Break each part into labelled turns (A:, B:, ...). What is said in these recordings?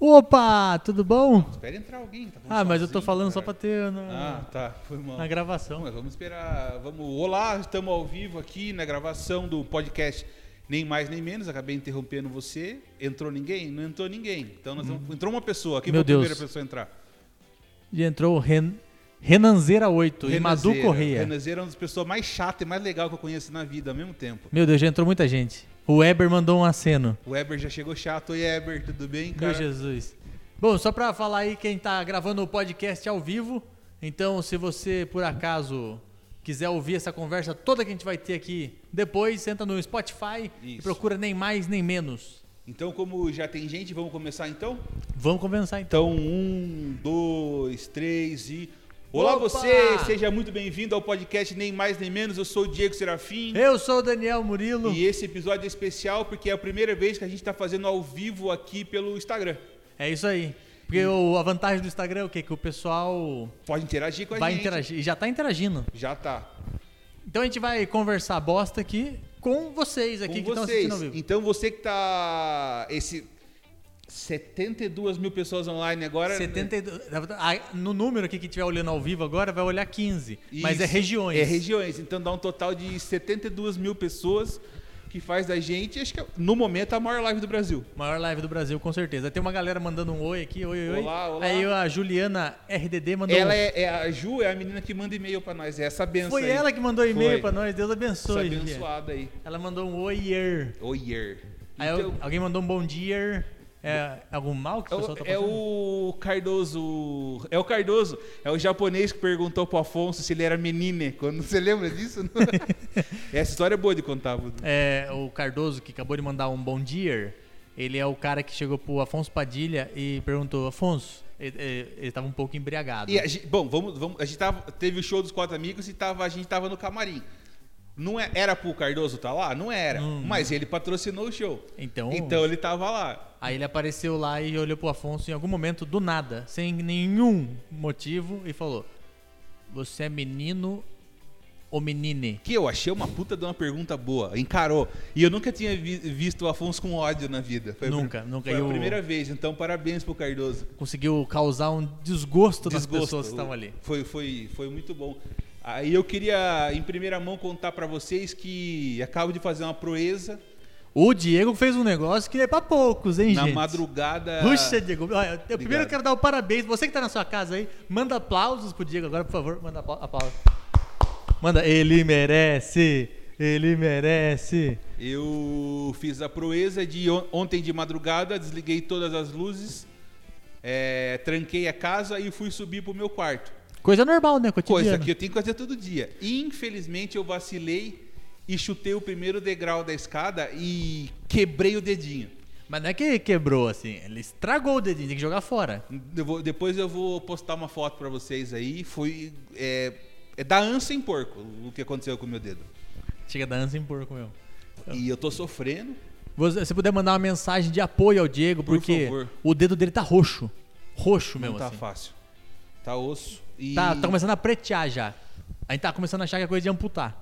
A: Opa, tudo bom?
B: Espera entrar alguém. Tá falando
A: Ah, mas eu tô
B: sozinho,
A: falando só pra
B: cara.
A: ter na,
B: Ah, tá. Foi mal.
A: na gravação.
B: Mas vamos esperar. Vamos. Olá, estamos ao vivo aqui na gravação do podcast Nem Mais Nem Menos. Acabei interrompendo você. Entrou ninguém? Não entrou ninguém. Então nós vamos... entrou uma pessoa. Quem
A: Hum. Meu
B: foi a
A: Deus.
B: primeira pessoa a entrar?
A: E entrou o Ren, Renanzeira 8 e Madu
B: Renazeira.
A: Correia.
B: Renazeira é uma das pessoas mais chatas e mais legais que eu conheço na vida ao mesmo tempo.
A: Meu Deus, já entrou muita gente. O Weber mandou um aceno.
B: O Eber já chegou chato. Oi, Eber, tudo bem,
A: Meu
B: cara?
A: Jesus. Bom, só pra falar aí quem tá gravando o podcast ao vivo, então se você por acaso quiser ouvir essa conversa toda que a gente vai ter aqui depois, entra no Spotify e
B: Isso.
A: procura nem mais nem menos.
B: Então, como já tem gente, vamos começar então?
A: Vamos conversar então.
B: Então, um, dois, três e. Olá,
A: Opa!
B: você! Seja muito bem-vindo ao podcast Nem Mais Nem Menos. Eu sou o Diego Serafim.
A: Eu sou o Daniel Murilo.
B: E esse episódio é especial porque é a primeira vez que a gente está fazendo ao vivo aqui pelo Instagram.
A: É isso aí. Porque o- a vantagem do Instagram é o quê? Que o pessoal
B: Pode interagir com a
A: vai
B: gente.
A: interagir. E já tá interagindo.
B: Já tá.
A: Então a gente vai conversar bosta aqui com vocês aqui
B: com
A: que estão
B: vocês.
A: assistindo ao vivo.
B: Então, você que tá. Esse. 72 mil pessoas online agora. né?
A: 72, ah, no número aqui que tiver olhando ao vivo agora, vai olhar 15. Mas é
B: Isso.
A: regiões.
B: É regiões. Então dá um total de 72 mil pessoas que faz da gente, acho que é, no momento, a maior live do Brasil.
A: Maior live do Brasil, com certeza. Tem uma galera mandando um oi aqui, oi, oi,
B: Olá,
A: oi.
B: olá.
A: Aí a Juliana RDD mandou
B: Ela
A: um...
B: é, é a Ju, é a menina que manda e-mail pra nós. É essa benção
A: Foi
B: aí.
A: ela que é. mandou e-mail
B: Foi.
A: pra nós, Deus
B: Essa
A: abençoe. Juliana.
B: abençoada aí.
A: Ela mandou um oier.
B: Oier.
A: Aí
B: Então,
A: al- alguém mandou um bom dia. É algum mal que
B: é
A: o
B: o-
A: pessoal tá
B: é
A: passando?
B: o Cardoso. É o Cardoso. É o japonês que perguntou pro Afonso se ele era menine. Quando você lembra disso? Essa história é boa de contar, Budu.
A: É, o Cardoso, que acabou de mandar um bom dia, ele é o cara que chegou pro Afonso Padilha e perguntou, Afonso, ele, ele, ele tava um pouco embriagado.
B: E a gente- bom, vamos, vamos. A gente tava, teve o show dos quatro amigos e tava, a gente tava no camarim. Não é- era pro Cardoso tá lá? Não era. Mas ele patrocinou o show.
A: Hum. Então,
B: Então ele tava lá.
A: aí ele apareceu lá e olhou pro Afonso em algum momento, do nada, sem nenhum motivo, e falou, você é menino ou menine?
B: Que eu achei uma puta de uma pergunta boa. Encarou. E eu nunca tinha vi- visto o Afonso com ódio na vida. Foi a
A: Nunca,
B: prim-
A: nunca.
B: Foi
A: Eu-
B: a primeira vez. Então, parabéns pro Cardoso.
A: Conseguiu causar um desgosto, nas
B: Desgosto.
A: pessoas que estavam ali.
B: Foi, foi, foi muito bom. Aí eu queria, em primeira mão, contar pra vocês que acabo de fazer uma proeza.
A: O Diego fez um negócio que é pra poucos, hein,
B: na
A: gente?
B: madrugada.
A: Puxa, Diego. Olha, eu primeiro
B: Obrigado.
A: quero dar o parabéns. Você que tá na sua casa aí, manda aplausos pro Diego agora, por favor. Manda apla- aplausos. Manda. Ele merece. Ele merece.
B: Eu fiz a proeza de on- ontem de madrugada, desliguei todas as luzes, é, tranquei a casa e fui subir pro meu quarto.
A: Coisa normal, né? Cotidiana.
B: Coisa que eu tenho que fazer todo dia. Infelizmente eu vacilei e chutei o primeiro degrau da escada e quebrei o dedinho.
A: Mas não é que quebrou, assim. Ele estragou o dedinho, tem que jogar fora.
B: Eu vou- depois eu vou postar uma foto pra vocês aí. Foi é, é da ânsia em porco o que aconteceu com o meu dedo.
A: Chega da ânsia em porco, meu. Tá.
B: E eu tô sofrendo.
A: Você, se puder mandar uma mensagem de apoio ao Diego,
B: Por
A: porque
B: favor.
A: o dedo dele tá roxo. Roxo
B: Não
A: mesmo,
B: tá
A: assim.
B: fácil. Tá osso. E
A: Tá, tá começando a pretear já. A gente tá começando a achar que é coisa de amputar.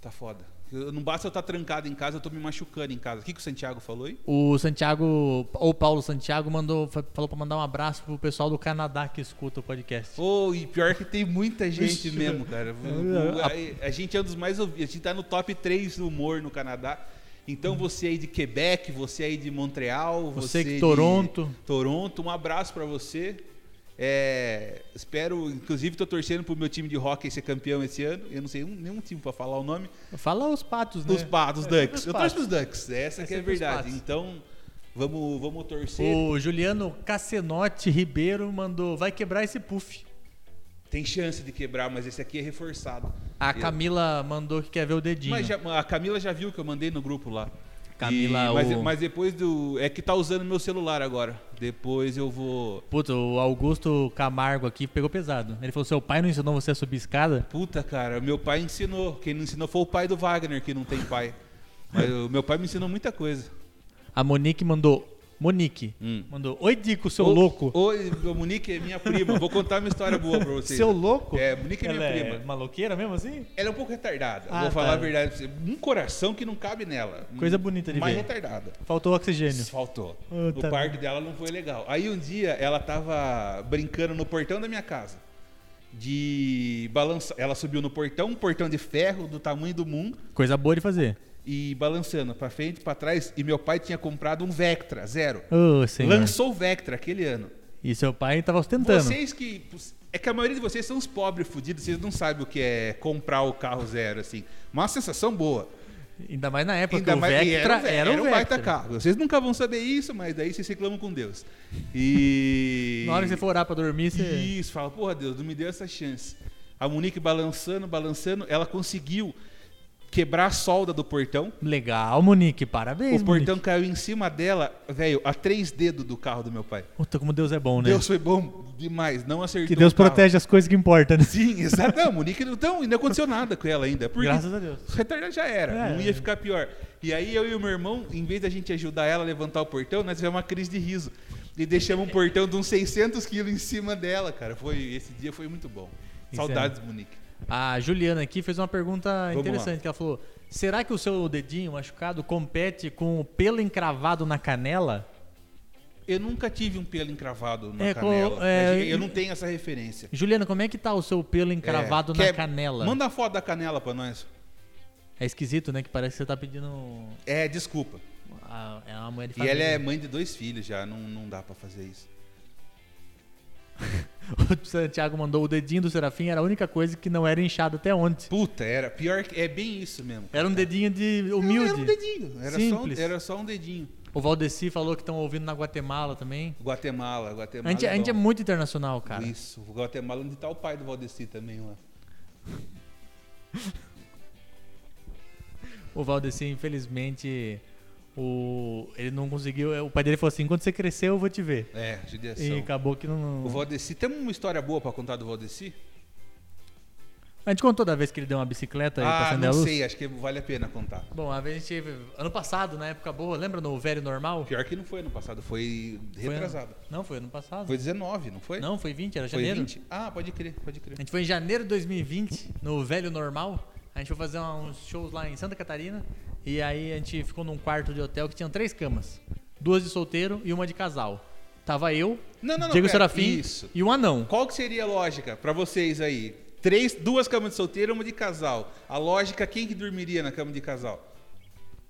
B: Tá foda. Eu- não basta eu estar trancado em casa, eu tô me machucando em casa. O que, que o Santiago falou aí?
A: O Santiago, ou o Paulo Santiago, mandou, fa- falou pra mandar um abraço pro pessoal do Canadá que escuta o podcast.
B: Oh, e pior que tem muita gente mesmo, cara. O- o- A, a gente é um dos mais ouvidos. A gente tá no top 3 do humor no Canadá. Então você aí de Quebec, você aí de Montreal,
A: Você
B: você
A: de
B: de
A: Toronto.
B: Toronto, um abraço pra você. É, espero, inclusive, tô torcendo pro meu time de hockey ser campeão esse ano. Eu não sei um- nenhum time pra falar o nome.
A: Fala os patos, né?
B: Os patos, os
A: É,
B: Ducks.
A: os
B: Eu torço pros Ducks, essa que é a
A: sempre os
B: verdade.
A: Patos.
B: Então, vamos, vamos torcer.
A: O Juliano Cacenote Ribeiro mandou, vai quebrar esse puff.
B: Tem chance de quebrar, mas esse aqui é reforçado.
A: A
B: Eu-
A: Camila mandou que quer ver o dedinho.
B: Mas já- a Camila já viu que eu mandei no grupo lá.
A: Camila,
B: E- mas,
A: o-
B: mas depois do. É que tá usando meu celular agora. Depois eu vou.
A: Puta, o Augusto Camargo aqui pegou pesado. Ele falou, seu pai não ensinou você a subir escada?
B: Puta, cara, meu pai ensinou. Quem não ensinou foi o pai do Wagner, que não tem pai. Mas o meu pai me ensinou muita coisa.
A: A Monique mandou, Monique.
B: Hum.
A: Mandou. Oi, Dico, seu
B: Ô-
A: louco.
B: Oi, Monique é minha prima. Vou contar uma história boa pra vocês.
A: seu louco?
B: É, Monique é minha
A: Ela
B: prima.
A: é maloqueira mesmo assim?
B: Ela é um pouco retardada.
A: Ah,
B: vou falar
A: tá.
B: a verdade pra você. Um coração que não cabe nela.
A: Coisa
B: Hum,
A: bonita de
B: Mais
A: ver.
B: retardada.
A: Faltou oxigênio.
B: Faltou.
A: Puta
B: o parto dela não foi legal. Aí um dia ela tava brincando no portão da minha casa. De balançar. Ela subiu no portão, um portão de ferro do tamanho do mundo.
A: Coisa boa de fazer.
B: E balançando pra frente, pra trás. E meu pai tinha comprado um Vectra, zero.
A: Ô, senhor.
B: Lançou o Vectra aquele ano.
A: E seu pai tava ostentando.
B: Vocês que. É que a maioria de vocês são uns pobres fudidos, vocês não sabem o que é comprar o carro zero, assim. Uma sensação boa.
A: Ainda mais na época,
B: Ainda
A: o
B: mais- e
A: Vectra
B: ve-
A: era o
B: um baita
A: Vectra.
B: carro. Vocês nunca vão saber isso, mas daí vocês reclamam com Deus. E.
A: Na hora que você for orar pra dormir, você...
B: Isso, fala, porra, Deus, não me deu essa chance. A Monique balançando, balançando, ela conseguiu quebrar a solda do portão.
A: Legal, Monique. Parabéns,
B: o
A: Monique.
B: portão caiu em cima dela, velho, a três dedos do carro do meu pai.
A: Puta, como Deus é bom, né?
B: Deus foi bom demais, não acertou.
A: que Deus
B: o carro.
A: protege as coisas que importam, né?
B: Sim, exato. Não, Monique, então, e não aconteceu nada com ela ainda. Porque
A: Graças a Deus.
B: retardado já era,
A: É.
B: não ia ficar pior. E aí eu e o meu irmão, em vez da gente ajudar ela a levantar o portão, nós tivemos uma crise de riso. E deixamos um portão de uns 600 quilos em cima dela, cara. Foi, esse dia foi muito bom.
A: Isso é.
B: Saudades, Monique.
A: A Juliana aqui fez uma pergunta
B: Vamos
A: interessante, que ela falou: será que o seu dedinho machucado compete com o pelo encravado na canela?
B: Eu nunca tive um pelo encravado na
A: É, com-
B: canela.
A: é,
B: eu não tenho essa referência.
A: Juliana, como é que tá o seu pelo encravado
B: É,
A: na
B: quer-
A: canela?
B: Manda a foto da canela pra nós.
A: É esquisito, né? Que parece que você tá pedindo.
B: É, desculpa.
A: a- é uma mulher de
B: E
A: família.
B: ela é mãe de dois filhos já, não, não dá pra fazer isso.
A: O Santiago mandou o dedinho do Serafim, era a única coisa que não era inchado até ontem.
B: Puta, era pior que. É bem isso mesmo.
A: Era um dedinho de
B: Não,
A: humilde.
B: Era um dedinho. Era,
A: Simples.
B: Só, um- era só um dedinho.
A: O Valdeci falou que estão ouvindo na Guatemala também.
B: Guatemala, Guatemala.
A: A gente, a gente é
B: bom.
A: muito internacional, cara.
B: Isso, Guatemala, onde tá o pai do Valdeci também lá.
A: O Valdeci, infelizmente, o... ele não conseguiu. O pai dele falou assim: quando você crescer, eu vou te ver.
B: É, judiação.
A: E acabou que não.
B: O Valdeci, tem uma história boa pra contar do Valdeci?
A: A gente contou da vez que ele deu uma bicicleta e
B: ah,
A: acendeu
B: não
A: Tá a luz?
B: sei, acho que vale a pena contar.
A: Bom, a vez a gente. Ano passado, na época boa, lembra no Velho Normal?
B: Pior que não foi ano passado, foi
A: Foi ano-
B: retrasado.
A: Não, foi ano passado.
B: Foi 19, não foi?
A: Não, foi 20, era
B: foi
A: janeiro.
B: 20. Ah, pode crer, pode
A: A
B: crer.
A: gente foi em janeiro de 2020, no Velho Normal. A gente foi fazer uns shows lá em Santa Catarina. E aí a gente ficou num quarto de hotel que tinha três camas: duas de solteiro e uma de casal. Tava eu,
B: Não, não, não.
A: Diego
B: pera,
A: Serafim
B: Isso.
A: e um anão.
B: Qual que seria a lógica pra vocês aí? Três, duas camas de solteiro e uma de casal. A lógica, quem que dormiria na cama de casal?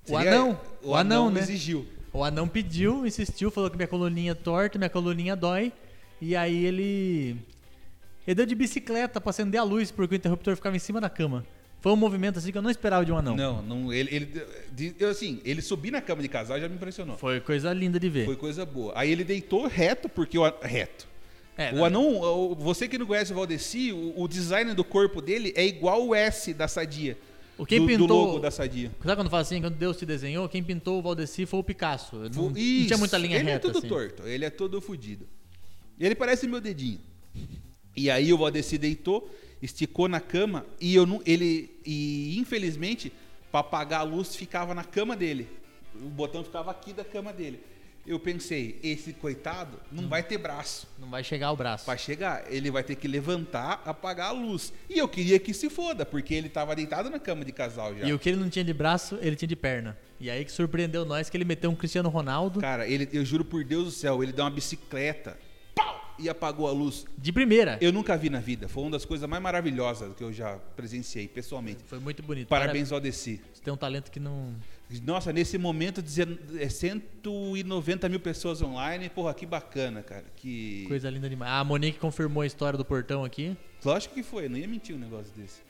A: O anão.
B: O,
A: O
B: anão,
A: anão, né?
B: exigiu.
A: O anão pediu, insistiu, falou que minha coluninha é torta, minha coluninha dói. E aí ele. Ele deu de bicicleta pra acender a luz, porque o interruptor ficava em cima da cama. Foi um movimento assim que eu não esperava de um anão.
B: Não, não ele, ele de- eu, assim, ele subir na cama de casal já me impressionou.
A: Foi coisa linda de ver.
B: Foi coisa boa. Aí ele deitou reto, porque o a- reto.
A: É,
B: o anão, o- você que não conhece o Valdeci, o, o design do corpo dele é igual o S da Sadia.
A: O quem
B: do,
A: pintou-
B: do logo da Sadia.
A: Sabe quando fala assim, quando Deus te desenhou, quem pintou o Valdeci foi o Picasso. Não, não
B: Isso,
A: tinha muita linha
B: ele
A: reta.
B: é todo
A: assim.
B: torto, ele é todo fodido. Ele parece meu dedinho. E aí o Valdeci deitou, esticou na cama e eu não, ele e infelizmente para apagar a luz ficava na cama dele. O botão ficava aqui da cama dele. Eu pensei, esse coitado não vai ter braço
A: Não vai chegar ao braço.
B: para chegar, ele vai ter que levantar, apagar a luz. E eu queria que se foda, porque ele tava deitado na cama de casal já.
A: E o que ele não tinha de braço, ele tinha de perna. E aí que surpreendeu nós que ele meteu um Cristiano Ronaldo
B: Cara, ele, eu juro por Deus do céu, ele deu uma bicicleta, pau, e apagou a luz.
A: de primeira.
B: Eu nunca vi na vida. Foi uma das coisas mais maravilhosas que eu já presenciei pessoalmente.
A: Foi muito bonito.
B: Parabéns ao DC.
A: Parabéns. Você tem um talento que não.
B: Nossa, nesse momento, dezen- é 190 mil pessoas online. Porra, que bacana, cara. Que...
A: Coisa linda demais. Ah, A Monique confirmou a história do portão aqui.
B: Lógico que foi, não ia mentir um negócio desse.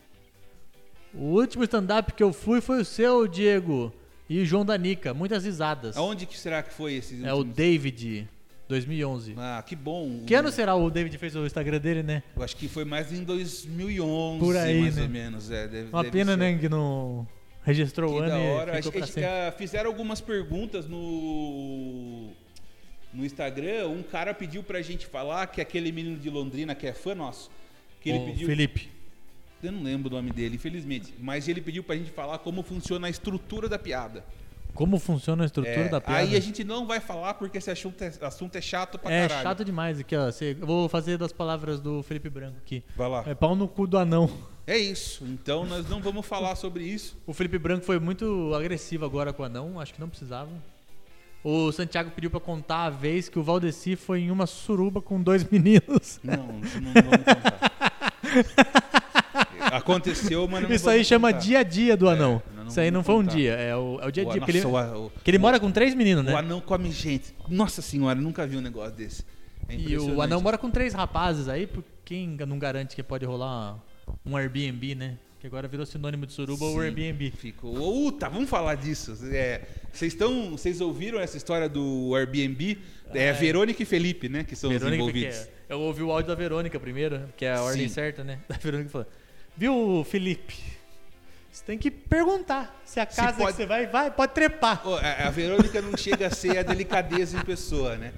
A: O último stand-up que eu fui foi o seu, Diego. E o João da Nica. Muitas risadas.
B: Aonde que será que foi esse?
A: É o
B: último-
A: David, 2011.
B: Ah, que bom.
A: Que ano será o David fez o Instagram dele, né?
B: Eu acho que foi mais em 2011,
A: Por aí,
B: mais
A: né?
B: ou menos. É, deve,
A: Uma
B: deve
A: pena,
B: ser.
A: né, que não registrou
B: Que
A: o ano
B: da
A: e
B: hora.
A: ficou
B: Acho que
A: pra
B: eles,
A: sempre.
B: ah, fizeram algumas perguntas no no Instagram. Um cara pediu pra gente falar que aquele menino de Londrina que é fã nosso, que ele
A: O
B: pediu,
A: Felipe.
B: eu não lembro o nome dele, infelizmente, mas ele pediu pra gente falar como funciona a estrutura da piada.
A: Como funciona a estrutura
B: É,
A: da piada.
B: aí a gente não vai falar porque esse assunto é, assunto é chato pra
A: é
B: caralho.
A: chato demais aqui, ó. Você- eu vou fazer das palavras do Felipe Branco aqui.
B: Vai lá.
A: É pau no cu do anão.
B: É isso. Então nós não vamos falar sobre isso.
A: O Felipe Branco foi muito agressivo agora com o anão, acho que não precisava. O Santiago pediu pra contar a vez que o Valdeci foi em uma suruba com dois meninos.
B: Não, isso não vamos contar. Aconteceu, mas não
A: Isso
B: vamos
A: aí chama
B: contar. É,
A: dia a dia do anão.
B: não
A: Isso aí
B: vou
A: não foi um
B: contar.
A: dia, é o, é o dia a
B: O-
A: dia. Porque ele,
B: nossa, o- o-
A: que ele mora com três meninos, né?
B: O anão come gente. Nossa senhora, nunca vi um negócio desse. É
A: E o
B: impressionante.
A: anão mora com três rapazes aí, por quem não garante que pode rolar um Airbnb, né? Que agora virou sinônimo de suruba ou
B: Sim.
A: Airbnb.
B: Ficou. Uta, vamos falar disso. É, Vocês estão. Vocês ouviram essa história do Airbnb? É Verônica e Felipe, né? Que são os
A: Verônica, que
B: envolvidos.
A: é, eu ouvi o áudio da Verônica primeiro, que é a ordem
B: Sim.
A: certa, né? Da Verônica falou: Viu, Felipe? Você tem que perguntar se a
B: Se
A: casa
B: pode-
A: que você vai, vai, pode trepar.
B: Ô, A a Verônica não chega a ser a delicadeza em pessoa, né?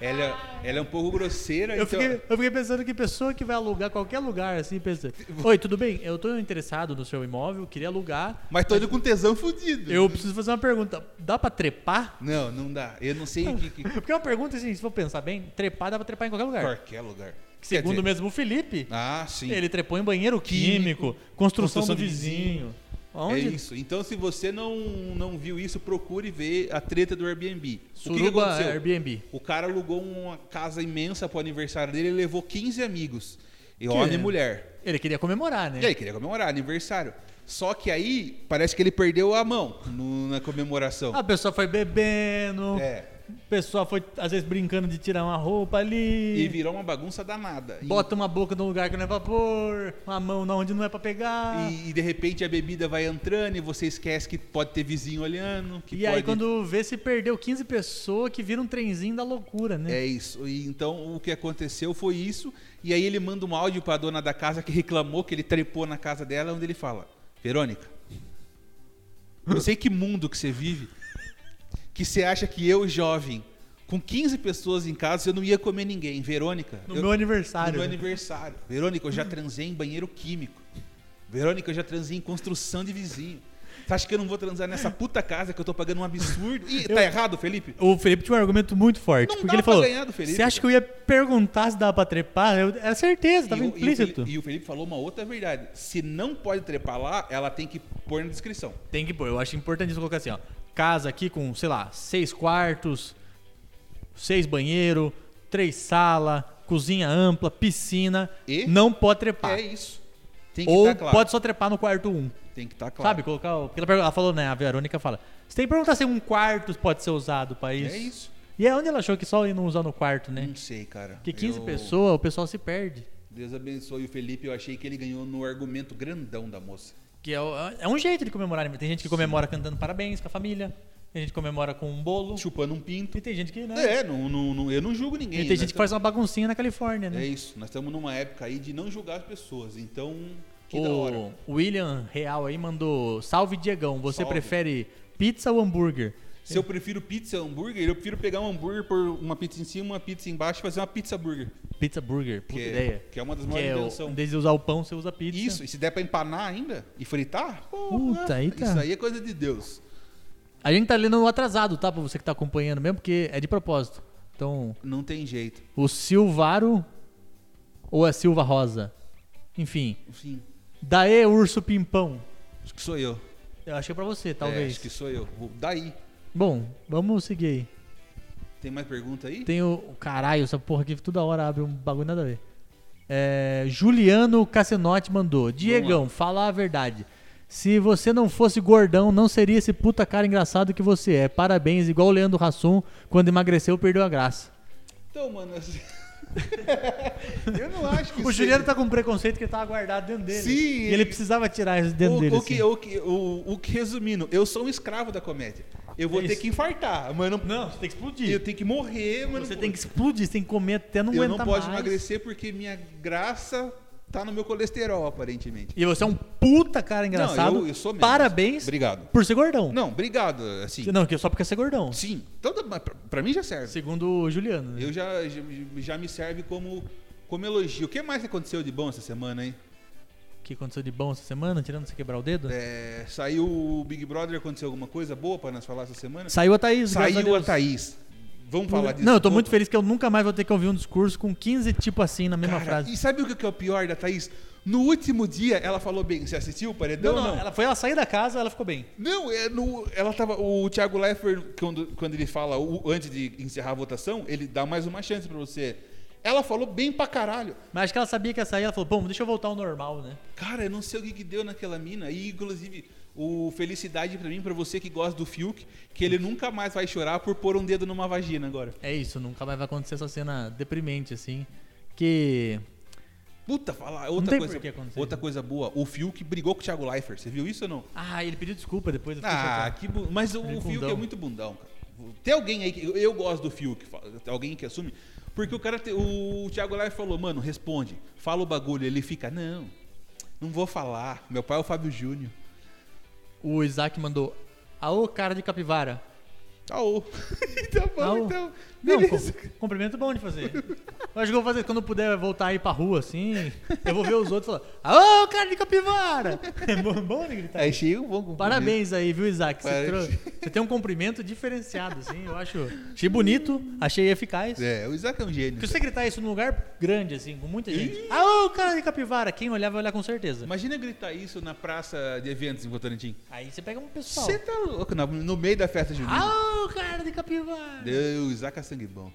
B: Ela, é- ela é um pouco grosseira.
A: Eu
B: então-
A: fiquei, eu fiquei pensando que pessoa que vai alugar qualquer lugar assim, pensa: Oi, tudo bem? Eu tô interessado no seu imóvel, queria alugar.
B: Mas tô indo com tesão fudido.
A: Eu preciso fazer uma pergunta: dá pra trepar?
B: Não, não dá. Eu não sei o que, que-
A: Porque é uma pergunta assim, se for pensar bem, trepar dá pra trepar em qualquer lugar.
B: qualquer lugar.
A: Que Segundo É,
B: Quer dizer,
A: mesmo o Felipe,
B: Ah, sim.
A: ele trepou em banheiro químico,
B: Químico,
A: construção,
B: construção
A: do
B: do
A: vizinho.
B: É
A: Onde?
B: isso. Então, se você não, não viu isso, procure ver a treta do Airbnb. o que que
A: Suruba
B: aconteceu?
A: Airbnb.
B: O cara alugou uma casa imensa pro aniversário dele e levou 15 amigos. E
A: Que
B: homem
A: é?
B: e mulher.
A: Ele queria comemorar, né?
B: E aí, queria comemorar aniversário. Só que aí, parece que ele perdeu a mão no- na comemoração.
A: A pessoa foi bebendo,
B: então? É.
A: o pessoal foi, às vezes, brincando de tirar uma roupa
B: E
A: ali.
B: virou uma bagunça danada. E-
A: Bota uma boca num lugar que não é pra pôr, uma mão na onde não é pra pegar. E,
B: E, e de repente a bebida vai entrando e você esquece que pode ter vizinho olhando. Que
A: aí,
B: pode-
A: quando vê, se perdeu 15 pessoas que viram um trenzinho da loucura, né?
B: É isso. E então o que aconteceu foi isso. E aí ele manda um áudio pra dona da casa que reclamou que ele trepou na casa dela, onde ele fala: Verônica, eu sei que mundo que você vive, que você acha que eu, jovem, com 15 pessoas em casa, eu não ia comer ninguém. Verônica,
A: no
B: eu-
A: meu
B: no
A: aniversário.
B: meu
A: né?
B: aniversário. Verônica, eu já transei em banheiro químico. Verônica, eu já transei em construção de vizinho. Você acha que eu não vou transar nessa puta casa que eu tô pagando um absurdo? Ih, tá errado, Felipe?
A: O Felipe tinha um argumento muito forte.
B: Não
A: porque
B: dá
A: ele
B: pra
A: falou:
B: ganhar do Felipe, né?"
A: Você acha que eu ia perguntar se dava pra trepar? Eu, era certeza, tava
B: E o- e o
A: implícito.
B: Felipe- E o, Felipe, falou uma outra verdade. Se não pode trepar lá, ela tem que pôr na descrição.
A: Tem que pôr. Eu acho importantíssimo colocar assim, ó. Casa aqui com, sei lá, seis quartos, seis banheiro, três sala, cozinha ampla, piscina.
B: E?
A: Não pode trepar.
B: É isso. Tem que
A: Ou
B: estar claro.
A: pode só trepar no quarto um.
B: Tem que estar claro.
A: Sabe? Colocar o. Porque ela, pergunta- ela falou, né? A Verônica fala. Você tem que perguntar se um quarto pode ser usado pra isso.
B: É isso.
A: E é onde ela achou que só ir não usar no quarto, né?
B: Não sei, cara.
A: Porque 15
B: Eu-
A: pessoas, o pessoal se perde.
B: Deus abençoe o Felipe. Eu achei que ele ganhou no argumento grandão da moça.
A: Que é, o- é um jeito de comemorar. né? Tem gente que comemora cantando parabéns com a família. Tem gente que comemora com um bolo.
B: Chupando um pinto.
A: E tem gente que, né?
B: É, não, não- não- eu não julgo ninguém. né,
A: E tem
B: Nós
A: gente que faz uma baguncinha na Califórnia,
B: É
A: né?
B: isso, nós estamos numa época aí de não julgar as pessoas, então que da hora.
A: O William Real aí mandou: Salve Diegão, você
B: Salve.
A: prefere pizza ou hambúrguer?
B: Se eu prefiro pizza hambúrguer, eu prefiro pegar um hambúrguer por uma pizza em cima, uma pizza embaixo e fazer uma pizza burger.
A: Pizza burger,
B: Que,
A: puta
B: é-
A: ideia.
B: que é uma das
A: Que
B: maiores
A: é o,
B: invenções.
A: em vez de usar o pão, você usa pizza.
B: Isso, e se der pra empanar ainda e fritar, porra,
A: Puta, aí tá.
B: isso aí é coisa de Deus.
A: A gente tá lendo o atrasado, tá? Pra você que tá acompanhando mesmo, porque é de propósito. Então,
B: Não tem jeito.
A: o Silvaro ou a Silva Rosa? Enfim.
B: Enfim,
A: Daê Urso Pimpão.
B: acho que sou eu.
A: Eu acho que é pra você,
B: É,
A: talvez.
B: acho que sou eu. Vou- Daí.
A: Bom, vamos seguir aí.
B: Tem mais pergunta aí?
A: Tem o. Caralho, essa porra aqui toda hora abre um bagulho nada a ver. É, Juliano Cassinotti mandou. Diegão, fala a verdade. Se você não fosse gordão, não seria esse puta cara engraçado que você é. Parabéns, igual o Leandro Hassum, quando emagreceu, perdeu a graça.
B: Então, mano, assim- eu não acho que
A: O
B: seja-
A: Juliano tá com um preconceito que ele tava guardado dentro dele.
B: Sim,
A: E ele
B: ele-
A: precisava tirar isso dentro
B: o,
A: dele.
B: o que,
A: assim.
B: o, que, o, o que resumindo, eu sou um escravo da comédia. Eu vou
A: É
B: ter
A: isso.
B: que infartar, mas não,
A: Não, você tem que
B: E Eu
A: explodir.
B: tenho que morrer, mas
A: Você
B: não
A: tem que explodir, você tem que comer até não
B: Eu
A: aguentar
B: não posso
A: mais.
B: emagrecer porque minha graça tá no meu colesterol, aparentemente.
A: E você é um puta cara engraçado.
B: eu- eu sou mesmo.
A: Parabéns
B: Obrigado.
A: por ser gordão.
B: Não, obrigado, assim.
A: Não, que só porque é ser gordão.
B: Sim, então, tá- mas pra, pra mim já serve.
A: Segundo o Juliano. né?
B: Eu já, já, já me serve como, como elogio. O que mais aconteceu de bom essa semana, hein?
A: que aconteceu de bom essa semana, tirando você quebrar o dedo?
B: É, saiu o Big Brother, aconteceu alguma coisa boa pra nós falar essa semana?
A: Saiu a Thaís, graças
B: Saiu a,
A: Deus.
B: Thaís. Vamos falar disso.
A: Não, eu tô
B: um
A: muito
B: pouco?
A: feliz que eu nunca mais vou ter que ouvir um discurso com 15 tipo assim na mesma
B: Cara,
A: frase.
B: E sabe o que que é o pior da Thaís? No último dia, ela falou bem. Você assistiu o paredão? é Não, não.
A: Ela foi ela sair da casa, ela ficou bem.
B: Não, é no- ela tava. O Thiago Leifert, quando, quando ele fala, o- antes de encerrar a votação, ele dá mais uma chance pra você. Ela falou bem pra caralho.
A: Mas acho que ela sabia que ia sair, ela falou, bom, deixa eu voltar ao normal, né?
B: Cara, eu não sei o que, que deu naquela mina. E, inclusive, o felicidade pra mim, pra você que gosta do Fiuk, que ele nunca mais vai chorar por pôr um dedo numa vagina agora.
A: É isso, nunca mais vai acontecer essa cena deprimente, assim. Que.
B: Puta, falar
A: Não
B: outra
A: tem
B: coisa.
A: por que acontecer.
B: Outra coisa boa, o Fiuk brigou com o Thiago Leifert. Você viu isso ou não?
A: Ah, ele pediu desculpa depois. eu fiquei
B: Ah,
A: chateado.
B: que bu... mas o,
A: Ele é
B: o Fiuk
A: bundão.
B: é muito bundão, cara. Tem alguém aí que eu, eu gosto do Fiuk, fa- tem alguém que assume, porque o cara, te- o Thiago Leifert falou, mano, responde, fala o bagulho, ele fica, não, não vou falar. Meu pai é o Fábio Júnior.
A: O Isaac mandou. Aô, cara de capivara.
B: Tá ô. tá bom,
A: Aô.
B: então.
A: Não,
B: Beleza.
A: com- cumprimento bom de fazer. Eu acho que eu vou fazer quando eu puder voltar aí pra rua, assim. Eu vou ver os outros e falar: Aô, cara de capivara! É bom, bom de gritar.
B: Achei um bom cumprimento.
A: Parabéns aí, viu, Isaac? Você,
B: Parabéns.
A: trouxe- você tem um cumprimento diferenciado, assim. Eu acho. Achei bonito, achei eficaz.
B: É, o Isaac é um gênio.
A: Se você gritar isso num lugar grande, assim, com muita gente. Aô, cara de capivara! Quem olhar vai olhar com certeza.
B: Imagina gritar isso na praça de eventos em Votorantim.
A: Aí você pega um pessoal.
B: Você tá louco, na- no meio da festa junina.
A: Aô, cara de capivara!
B: Deus, o Isaac é sangue bom.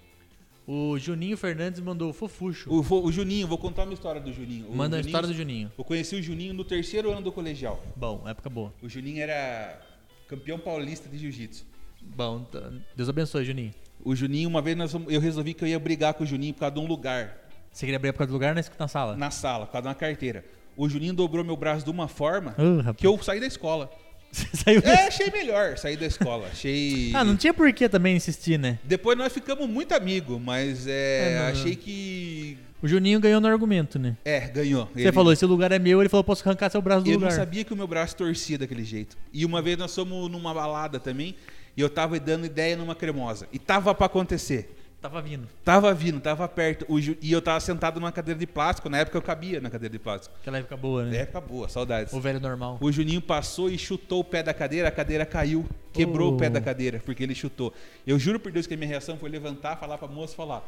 A: O Juninho Fernandes mandou fofucho.
B: O, o Juninho, vou contar uma história do Juninho. O
A: Manda a
B: Juninho-
A: história do Juninho.
B: Eu conheci o Juninho no terceiro ano do colegial.
A: Bom, época boa.
B: O Juninho era campeão paulista de jiu-jitsu.
A: Bom, t- Deus abençoe, Juninho.
B: O Juninho, uma vez nós fomos- eu resolvi que eu ia brigar com o Juninho por causa de um lugar
A: Você queria abrir por causa do lugar ou na- na sala?
B: na sala, por causa de uma carteira. O Juninho dobrou meu braço de uma forma
A: Ah, rapaz.
B: que eu saí da escola.
A: Você saiu
B: É, achei melhor sair da escola. Achei.
A: Ah, não tinha por que também insistir, né?
B: Depois nós ficamos muito amigos, mas é,
A: É, não-
B: achei que.
A: O Juninho ganhou no argumento, né?
B: É, ganhou.
A: Você falou, esse lugar é meu, ele falou, posso arrancar seu braço do
B: Eu
A: lugar.
B: não sabia que o meu braço torcia daquele jeito. E uma vez nós fomos numa balada também, e eu tava dando ideia numa cremosa. E tava pra acontecer.
A: Tava vindo.
B: Tava vindo, tava perto. O Ju- E eu tava sentado numa cadeira de plástico. Na época eu cabia na cadeira de plástico.
A: Aquela época boa,
B: Na
A: né?
B: época boa, saudades.
A: O velho normal.
B: O Juninho passou e chutou o pé da cadeira, a cadeira caiu. Quebrou
A: Oh.
B: o pé da cadeira, porque ele chutou. Eu juro por Deus que a minha reação foi levantar, falar pra moça, falar.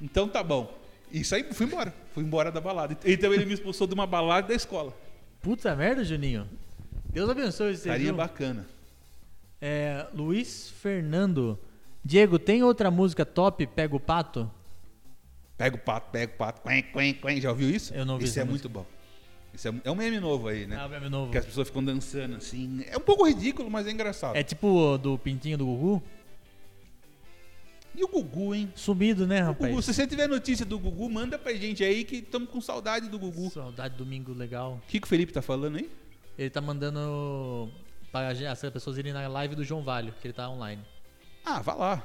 B: Então tá bom. E saí, fui embora. Fui embora da balada. Então ele me expulsou de uma balada da escola.
A: Puta merda, Juninho. Deus abençoe você,
B: Estaria
A: viu?
B: bacana.
A: É, Luiz Fernando. Diego, tem outra música top, Pega o Pato?
B: Pega o pato, pega o pato, quen, quen, quen. Já ouviu isso?
A: Eu não ouvi
B: Isso
A: essa
B: é
A: música.
B: muito bom. Isso é, é um meme novo aí, né?
A: Ah, o meme novo.
B: Que as pessoas ficam dançando assim. É um pouco ridículo, mas é engraçado.
A: É tipo o do Pintinho do Gugu?
B: E o Gugu, hein?
A: Sumido, né,
B: O Gugu,
A: rapaz?
B: se você tiver notícia do Gugu, manda pra gente aí que estamos com saudade do Gugu.
A: Saudade do domingo legal.
B: O que, que o Felipe tá falando aí?
A: Ele tá mandando pra gen- as pessoas irem na live do João Valho, que ele tá online.
B: Ah, vá lá.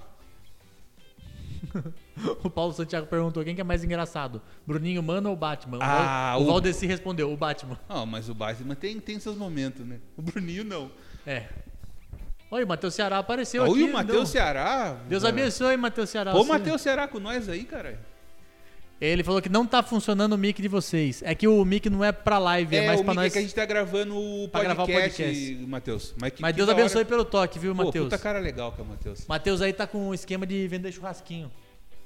A: O Paulo Santiago perguntou quem que é mais engraçado, Bruninho Mano ou Batman? O
B: Ah,
A: Val- o
B: o-
A: Valdeci respondeu, o Batman.
B: Ah, mas o Batman tem, tem seus momentos, né? O Bruninho não.
A: É. Olha, o Matheus Ceará apareceu
B: Ah,
A: aqui.
B: e o Matheus
A: então.
B: Ceará.
A: Deus
B: ah,
A: abençoe, né? Matheus Ceará.
B: Pô,
A: Sim.
B: Matheus Ceará com nós aí, cara.
A: Ele falou que não tá funcionando o mic de vocês. É que o mic não é pra live, é, mais
B: o
A: pra
B: Mickey
A: nós.
B: que a gente tá gravando o
A: Pra gravar o
B: podcast,
A: podcast.
B: Matheus. Mas, que-
A: Mas
B: que
A: Deus
B: da hora.
A: abençoe pelo toque, viu,
B: Pô,
A: Matheus?
B: puta cara legal que é o Matheus.
A: Matheus aí tá com um esquema de vender churrasquinho.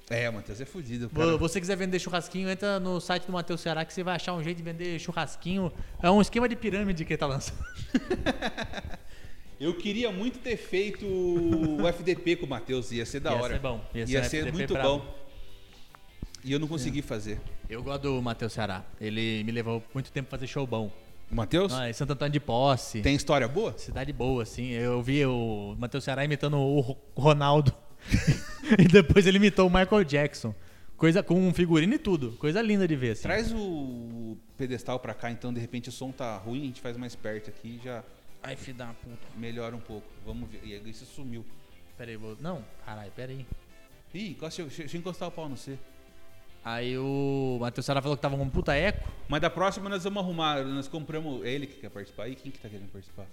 B: É, o Matheus é fudido, cara.
A: Vo- Você quiser vender churrasquinho, entra no site do Matheus Ceará que você vai achar um jeito de vender churrasquinho. É um esquema de pirâmide que ele tá lançando.
B: Eu queria muito ter feito o FDP com o Matheus, ia ser da
A: Ia
B: hora.
A: ser bom, ia
B: Ia,
A: ser um
B: ser
A: FDP
B: muito
A: brabo. É.
B: bom. E eu não consegui fazer.
A: Eu gosto do Matheus Ceará. Ele me levou muito tempo pra fazer show bom.
B: O Matheus,
A: Ah, em Santo Antônio de Posse.
B: tem história boa?
A: Cidade boa, assim. Eu vi o Matheus Ceará imitando o Ro- Ronaldo. e depois ele imitou o Michael Jackson. Coisa com um figurino e tudo. Coisa linda de ver, assim.
B: Traz o pedestal pra cá, então de repente o som tá ruim, a gente faz mais perto aqui e já
A: Ai, filho da puta.
B: melhora um pouco. Vamos ver. E isso sumiu.
A: Pera aí, vou... Não, caralho, pera aí.
B: Ih, encosta- deixa deixa eu encostar o pau no C.
A: Aí o Matheus Ceará falou que tava com um puta eco.
B: Mas da próxima nós vamos arrumar, nós compramos. É ele que quer participar? aí quem que tá querendo participar?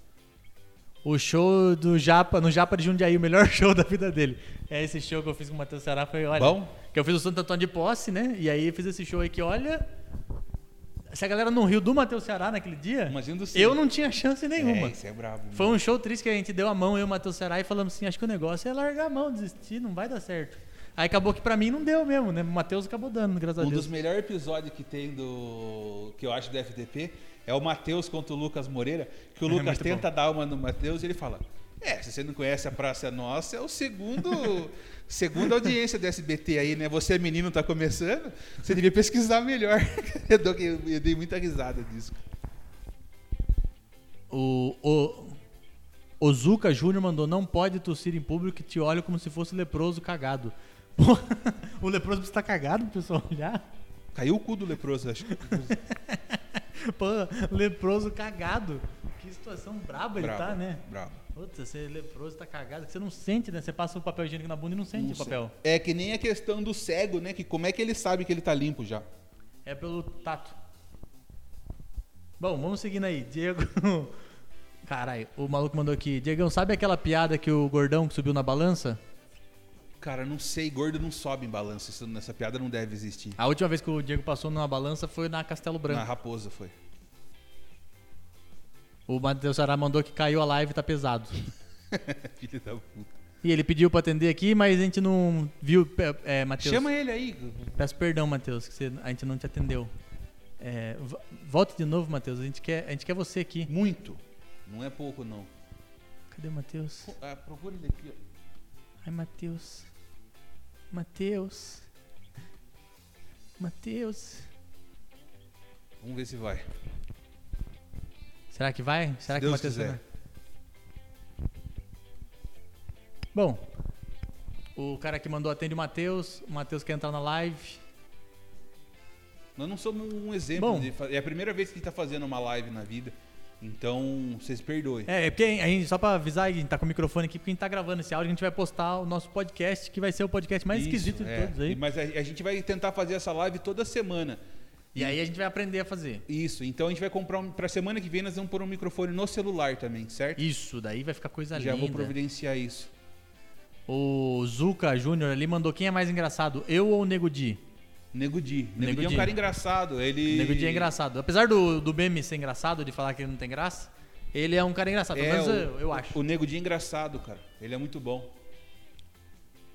A: O show do Japa, no Japa de Jundiaí, o melhor show da vida dele. É esse show que eu fiz com o Matheus Ceará, foi, olha...
B: Bom?
A: Que eu fiz o Santo Antônio de Posse, né? E aí eu fiz esse show aí que, olha... Se a galera não riu do Matheus Ceará naquele dia,
B: Imagina do
A: É. eu não tinha chance nenhuma.
B: É, isso é brabo.
A: Foi um show triste que a gente deu a mão, eu e o Matheus Ceará, e falamos assim, acho que o negócio é largar a mão, desistir, não vai dar certo. Aí acabou que pra mim não deu mesmo, né? O Matheus acabou dando, graças a
B: Um
A: Deus.
B: dos melhores episódios que tem do. que eu acho do FTP é o Matheus contra o Lucas Moreira, que o
A: É
B: Lucas
A: muito
B: tenta dar uma no Matheus e ele fala. É, se você não conhece a Praça é Nossa, é o segundo segunda audiência do SBT aí, né? Você é menino, tá começando, você devia pesquisar melhor. eu, dou- eu dei muita risada disso.
A: O, o Ozuka Júnior mandou, não pode tossir em público que te olha como se fosse leproso cagado. Porra, o leproso precisa estar cagado pro pessoal olhar?
B: Caiu o cu do leproso, acho.
A: tá, Pô, leproso cagado. Que situação braba ele
B: Bravo,
A: tá, né?
B: Bravo.
A: Puta, você é leproso, tá cagado, que você não sente, né? Você passa o papel higiênico na bunda e não sente o
B: Não sei.
A: papel.
B: É que nem a questão do cego, né? Que como é que ele sabe que ele tá limpo já?
A: É pelo tato. Bom, vamos seguindo aí. Diego. Caralho, o maluco mandou aqui. Diegão, sabe aquela piada que o gordão que subiu na balança?
B: Cara, não sei, gordo não sobe em balanço. Isso, essa piada não deve existir.
A: A última vez que o Diego passou numa balança foi na Castelo
B: Na
A: Branco.
B: raposa foi.
A: O Matheus Sará mandou que caiu a live e tá pesado.
B: Filho da puta.
A: E ele pediu pra atender aqui, mas a gente não viu. pe- É, Matheus.
B: Chama ele aí.
A: Peço perdão, Matheus, que você- a gente não te atendeu. É, vo- volte de novo, Matheus. A gente quer, a gente quer você aqui.
B: Muito. Não é pouco, não.
A: Cadê o Matheus?
B: Pô, ah, procura ele aqui, ó.
A: Ai, Matheus. Matheus. Matheus.
B: Vamos ver se vai.
A: Será que vai? Será
B: Se
A: que o
B: Deus
A: Matheus
B: quiser.
A: vai? Bom, o cara que mandou atende o Matheus. O Matheus quer entrar na live.
B: Nós não somos um exemplo.
A: Bom.
B: de fa- é a primeira vez que a gente tá fazendo uma live na vida. Então, vocês perdoem.
A: É, é porque a gente, só pra avisar, a gente tá com o microfone aqui, porque a gente tá gravando esse áudio, a gente vai postar o nosso podcast, que vai ser o podcast mais
B: Isso,
A: esquisito de
B: é.
A: todos aí.
B: E- Mas a, a gente vai tentar fazer essa live toda semana.
A: E aí a gente vai aprender a fazer.
B: Isso, então a gente vai comprar um, pra semana que vem nós vamos pôr um microfone no celular também, certo?
A: Isso, daí vai ficar coisa
B: Já vou
A: linda.
B: providenciar isso.
A: o Zuka Júnior ali mandou quem é mais engraçado, eu ou o Nego Di?
B: Nego Di. Nego,
A: Nego
B: Di é
A: Di.
B: um cara engraçado. Ele...
A: O Nego Di é engraçado. Apesar do, do meme ser engraçado, de falar que ele não tem graça, ele é um cara engraçado. Pelo
B: É,
A: menos
B: o-
A: eu, eu acho.
B: O Nego Di é engraçado, cara. Ele é muito bom.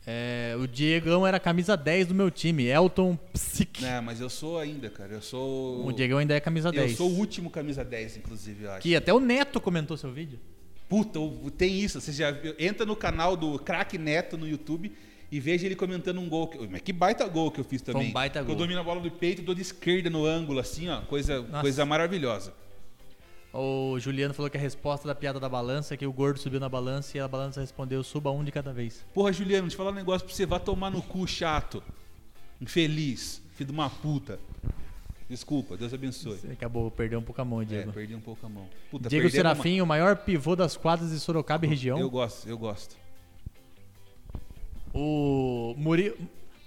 A: É, o Diegão era a camisa 10 do meu time, Elton Psic.
B: Né, mas eu sou ainda, cara. Eu sou.
A: O Diegão ainda é camisa
B: eu
A: 10.
B: sou o último camisa 10, inclusive, eu acho.
A: Que é- até o Neto comentou seu vídeo.
B: Puta, o- tem isso. Você já viu? Entra no canal do Crack Neto no YouTube e veja ele comentando um gol. Que... Mas que baita gol que eu fiz também.
A: um baita
B: Que
A: gol.
B: Eu domino a bola do peito, dou de esquerda no ângulo, assim, ó. Coisa,
A: Nossa.
B: coisa maravilhosa.
A: O Juliano falou que a resposta da piada da balança é que o gordo subiu na balança e a balança respondeu suba um de cada vez.
B: Porra, Juliano, deixa eu falar um negócio pra você. Vá tomar no cu, chato. Infeliz. Filho de uma puta. Desculpa, Deus abençoe.
A: Acabou, perdeu um pouco a mão,
B: É,
A: Diego.
B: perdi um pouco a mão. Puta,
A: Diego
B: perdemos uma-
A: Serafim, o maior pivô das quadras de Sorocaba e região.
B: Eu gosto, eu gosto.
A: O Muri...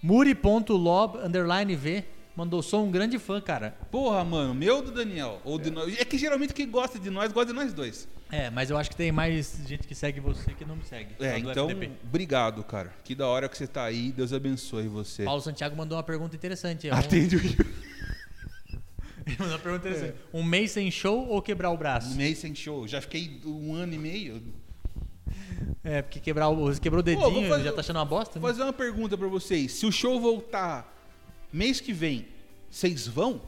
A: Muri.lob underline V mandou sou um grande fã, cara.
B: Porra, mano, meu do Daniel. Ou de nós. É que geralmente quem gosta de nós gosta de nós dois.
A: É, mas eu acho que tem mais gente que segue você que não me segue.
B: É,
A: lá do
B: então,
A: FDP.
B: obrigado, cara. Que da hora que você tá aí. Deus abençoe você.
A: Paulo Santiago mandou uma pergunta interessante. É um-
B: Atende o Yuri.
A: Ele mandou uma pergunta interessante. Um mês sem show ou quebrar o
B: Um
A: braço?
B: mês sem show. Já fiquei um ano e meio.
A: É, porque quebrar o, quebrou o
B: Pô, vou
A: dedinho,
B: fazer-
A: já tá achando uma bosta,
B: Vou
A: né?
B: fazer uma pergunta pra vocês. Se o show voltar mês que vem, vocês vão?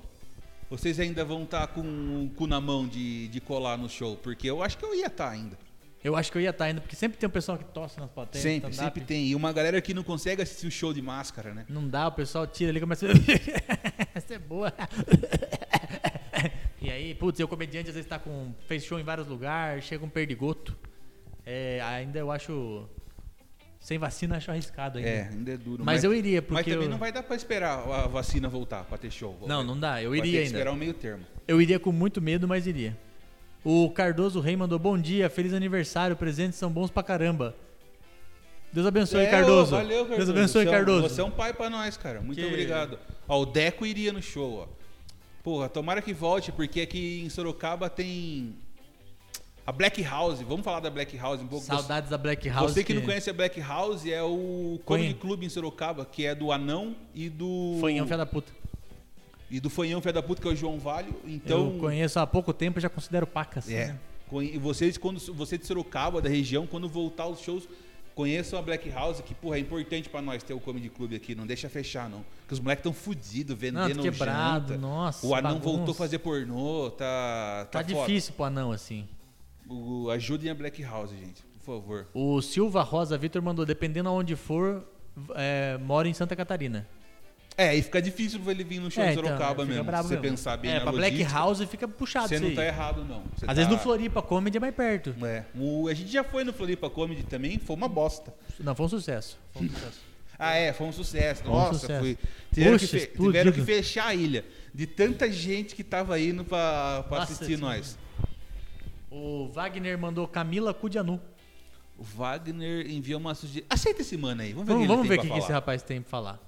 B: Vocês ainda vão estar com o cu na mão de, de colar no show? Porque eu acho que eu ia estar ainda.
A: Eu acho que eu ia estar ainda, porque sempre tem então um pessoal que tosse nas plateias. no
B: um- sempre,
A: stand-up.
B: sempre tem. E uma galera que não consegue assistir o show de máscara, né?
A: Não dá, o pessoal tira ali e começa. Essa é boa. e aí, putz, e o comediante às vezes tá com. fez show em vários lugares, chega um perdigoto. É, ainda eu acho. Sem vacina, acho arriscado ainda.
B: É, ainda é duro.
A: Mas eu iria, porque
B: Mas também
A: eu-
B: não vai dar pra esperar a vacina voltar pra ter show.
A: Não, não dá, eu
B: Vai ter
A: iria
B: que
A: ainda.
B: esperar um meio termo.
A: Eu iria com muito medo, mas iria. O Cardoso Rei mandou bom dia, feliz aniversário, presentes são bons pra caramba. Deus abençoe,
B: É, ô,
A: Cardoso.
B: Valeu, Cardoso.
A: Deus abençoe,
B: Você é um-
A: Cardoso.
B: Você é um pai pra nós, cara. Muito
A: Que-
B: obrigado. Ó, o Deco iria no show, ó. Porra, tomara que volte, porque aqui em Sorocaba tem a Black House. Vamos falar da Black House um pouco.
A: Saudades da Black
B: Você-
A: House.
B: Você que não conhece a Black House é o
A: Conhe-
B: Comedy Club em Sorocaba, que é do Anão e do...
A: Foi um filho da puta.
B: E do fanhão fé da puta, que é o João Valho. Então,
A: eu conheço há pouco tempo e já considero pacas.
B: É.
A: né?
B: Conhe- Vocês, quando você de Sorocaba, da região, quando voltar os shows, conheçam a Black House, que, porra, é importante pra nós ter o Comedy Club aqui. Não deixa fechar, não. Porque os moleques tão fudidos,
A: Não,
B: vendendo
A: tô quebrado,
B: janta.
A: nossa.
B: O anão
A: bagunça.
B: voltou a fazer pornô, tá.
A: Tá,
B: Tá, foda.
A: difícil pro anão, assim.
B: O- Ajudem a Black House, gente, por favor.
A: O Silva Rosa Vitor mandou, dependendo aonde for, é, mora em Santa Catarina.
B: É, aí fica difícil pra ele vir no show
A: É,
B: de
A: então,
B: Sorocaba
A: fica
B: um mesmo.
A: brabo
B: Se você
A: mesmo.
B: pensar bem
A: É,
B: na
A: pra Black
B: logística,
A: House fica puxado
B: Você
A: isso
B: não
A: aí.
B: tá errado, não. Você
A: Às vezes no
B: tá-
A: Floripa Comedy é mais perto.
B: É. O- a gente já foi no Floripa Comedy também, foi uma bosta.
A: Não, foi um sucesso. Foi um sucesso.
B: Ah, é, foi um sucesso.
A: Foi um
B: Nossa,
A: sucesso.
B: foi. Tiveram,
A: Puxa,
B: que fe-
A: explodido.
B: tiveram que fechar a ilha. De tanta gente que tava indo pra, pra
A: Nossa,
B: assistir
A: sim.
B: nós.
A: o Wagner mandou Camila Cudianu.
B: O Wagner enviou uma sugestão. Aceita esse mano aí. Vamos ver o
A: Vamos,
B: que
A: vamos
B: ele
A: ver o
B: tem
A: que, que
B: pra
A: esse
B: falar.
A: rapaz tem pra falar.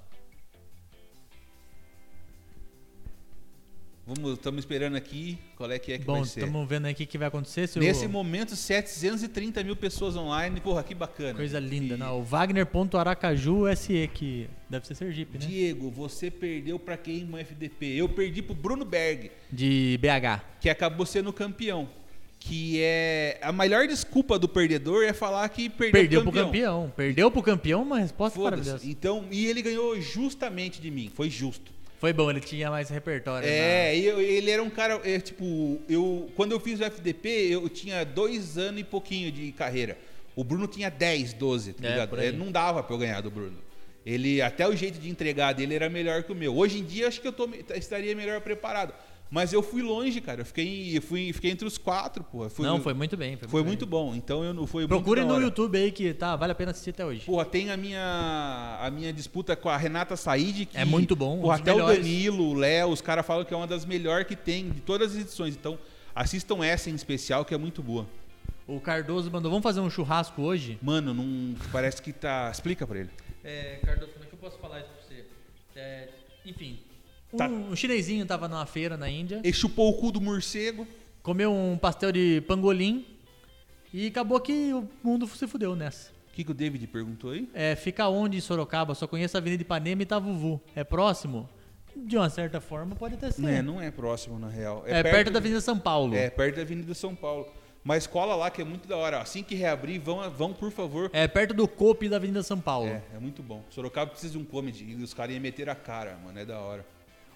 B: Vamos, estamos esperando aqui. Qual é que é que
A: Bom,
B: vai ser?
A: estamos vendo aí o que, que vai acontecer. Se
B: Nesse
A: o...
B: momento, 730 mil pessoas online. Porra, que bacana.
A: Coisa linda.
B: E-
A: Não, o Wagner.aracaju SE, que deve ser Sergipe, né?
B: Diego, você perdeu pra quem no FDP? Eu perdi pro Bruno Berg.
A: De BH.
B: que acabou sendo campeão. Que é. A melhor desculpa do perdedor é falar que perdeu,
A: Perdeu
B: pro
A: pro
B: campeão.
A: campeão. Perdeu pro campeão, uma resposta maravilhosa.
B: Foda-se. Então, e ele ganhou justamente de mim, foi justo.
A: Foi bom, ele tinha mais repertório. né?
B: É, e eu- ele era um cara, é, tipo, eu quando eu fiz o FDP, eu tinha dois anos e pouquinho de carreira. O Bruno tinha 10, 12, tá
A: É,
B: ligado?
A: por aí.
B: É, não dava pra eu ganhar do Bruno. Ele, até o jeito de entregar dele era melhor que o meu. Hoje em dia, acho que eu tô me- tá, estaria melhor preparado. Mas eu fui longe, cara. Eu fiquei, eu fui, fiquei entre os quatro, porra. Fui-
A: não, foi muito bem. Foi,
B: Foi
A: muito
B: muito bom. Então eu não foi
A: bem. Procure
B: muito da
A: no
B: hora.
A: YouTube aí que tá, vale a pena assistir até hoje.
B: Porra, tem a minha a minha disputa com a Renata Said que
A: É muito bom, um
B: Porra,
A: dos
B: até
A: melhores.
B: o Danilo, o Léo, os caras falam que é uma das melhores que tem de todas as edições. Então, assistam essa em especial que é muito boa.
A: O Cardoso mandou, vamos fazer um churrasco hoje?
B: Mano, não parece que tá, explica pra ele.
A: É, Cardoso, como é que eu posso falar isso pra você? É, enfim. Um,
B: Tá.
A: um chinesinho tava numa feira na Índia,
B: Ele chupou o cu do morcego.
A: comeu um pastel de pangolim e acabou que o mundo se fudeu nessa.
B: O que, que o David perguntou aí?
A: É, fica onde em Sorocaba? Só conheço a Avenida Ipanema e Itavuvu. É próximo? De uma certa forma pode até ser.
B: Não é, não é próximo na real.
A: É, perto, da Avenida São Paulo.
B: É
A: É,
B: perto da Avenida São Paulo. Mas cola lá que é muito da hora. Assim que reabrir, vão, vão por favor.
A: É perto do COP da Avenida São Paulo.
B: É, é muito bom. Sorocaba precisa de um comedy e os caras iam meter a cara, mano. É da hora.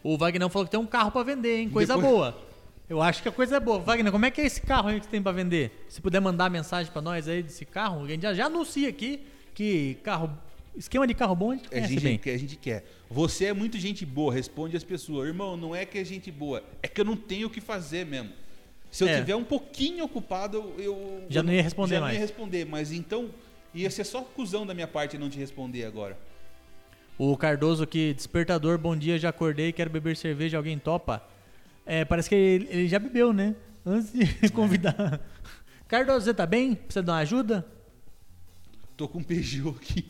A: O Wagner falou que tem um carro pra vender, hein? Coisa
B: Depois-
A: boa. Eu acho que a coisa é boa. Wagner, como é que é esse carro aí que você tem pra vender? Se puder mandar mensagem pra nós aí desse carro, a gente já, já anuncia aqui que carro, esquema de carro bom a gente
B: É
A: conhece
B: gente
A: bem.
B: que a gente quer. Você é muito gente boa, responde as pessoas. Irmão, não é que é gente boa, é que eu não tenho o que fazer mesmo. Se eu
A: É.
B: tiver um pouquinho ocupado, eu- eu.
A: Já não ia responder
B: já
A: mais.
B: não ia responder, mas então ia ser só cuzão da minha parte não te responder agora.
A: O Cardoso aqui, despertador, bom dia, já acordei, quero beber cerveja, alguém topa? É, parece que ele, ele já bebeu, né? Antes de convidar. Cardoso, você tá bem? Precisa de uma ajuda?
B: Tô com um Peugeot aqui.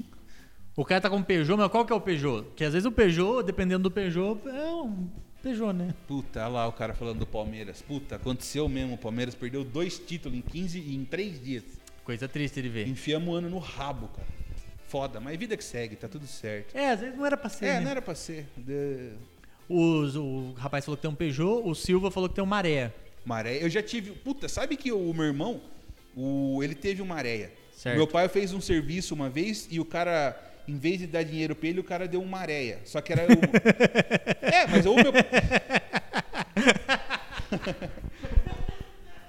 A: O cara tá com um Peugeot, mas qual que é o Peugeot? Que às vezes o Peugeot, dependendo do Peugeot, é um Peugeot, né?
B: Puta, olha lá o cara falando do Palmeiras. Puta, aconteceu mesmo. O Palmeiras perdeu dois títulos em 15 e em 3 dias.
A: Coisa triste de ver.
B: Enfiamos o ano no rabo, cara. Foda, mas vida que segue, tá tudo certo.
A: É, às vezes não era pra ser.
B: É,
A: né?
B: não era pra ser. De-
A: Os- o rapaz falou que tem um Peugeot, o Silva falou que tem um Maré.
B: Maré. Eu já tive. Puta, sabe que o meu irmão, o, ele teve uma areia.
A: Certo.
B: Meu pai fez um serviço uma vez e o cara, em vez de dar dinheiro pra ele, o cara deu uma areia. Só que era. O... é, mas ou meu.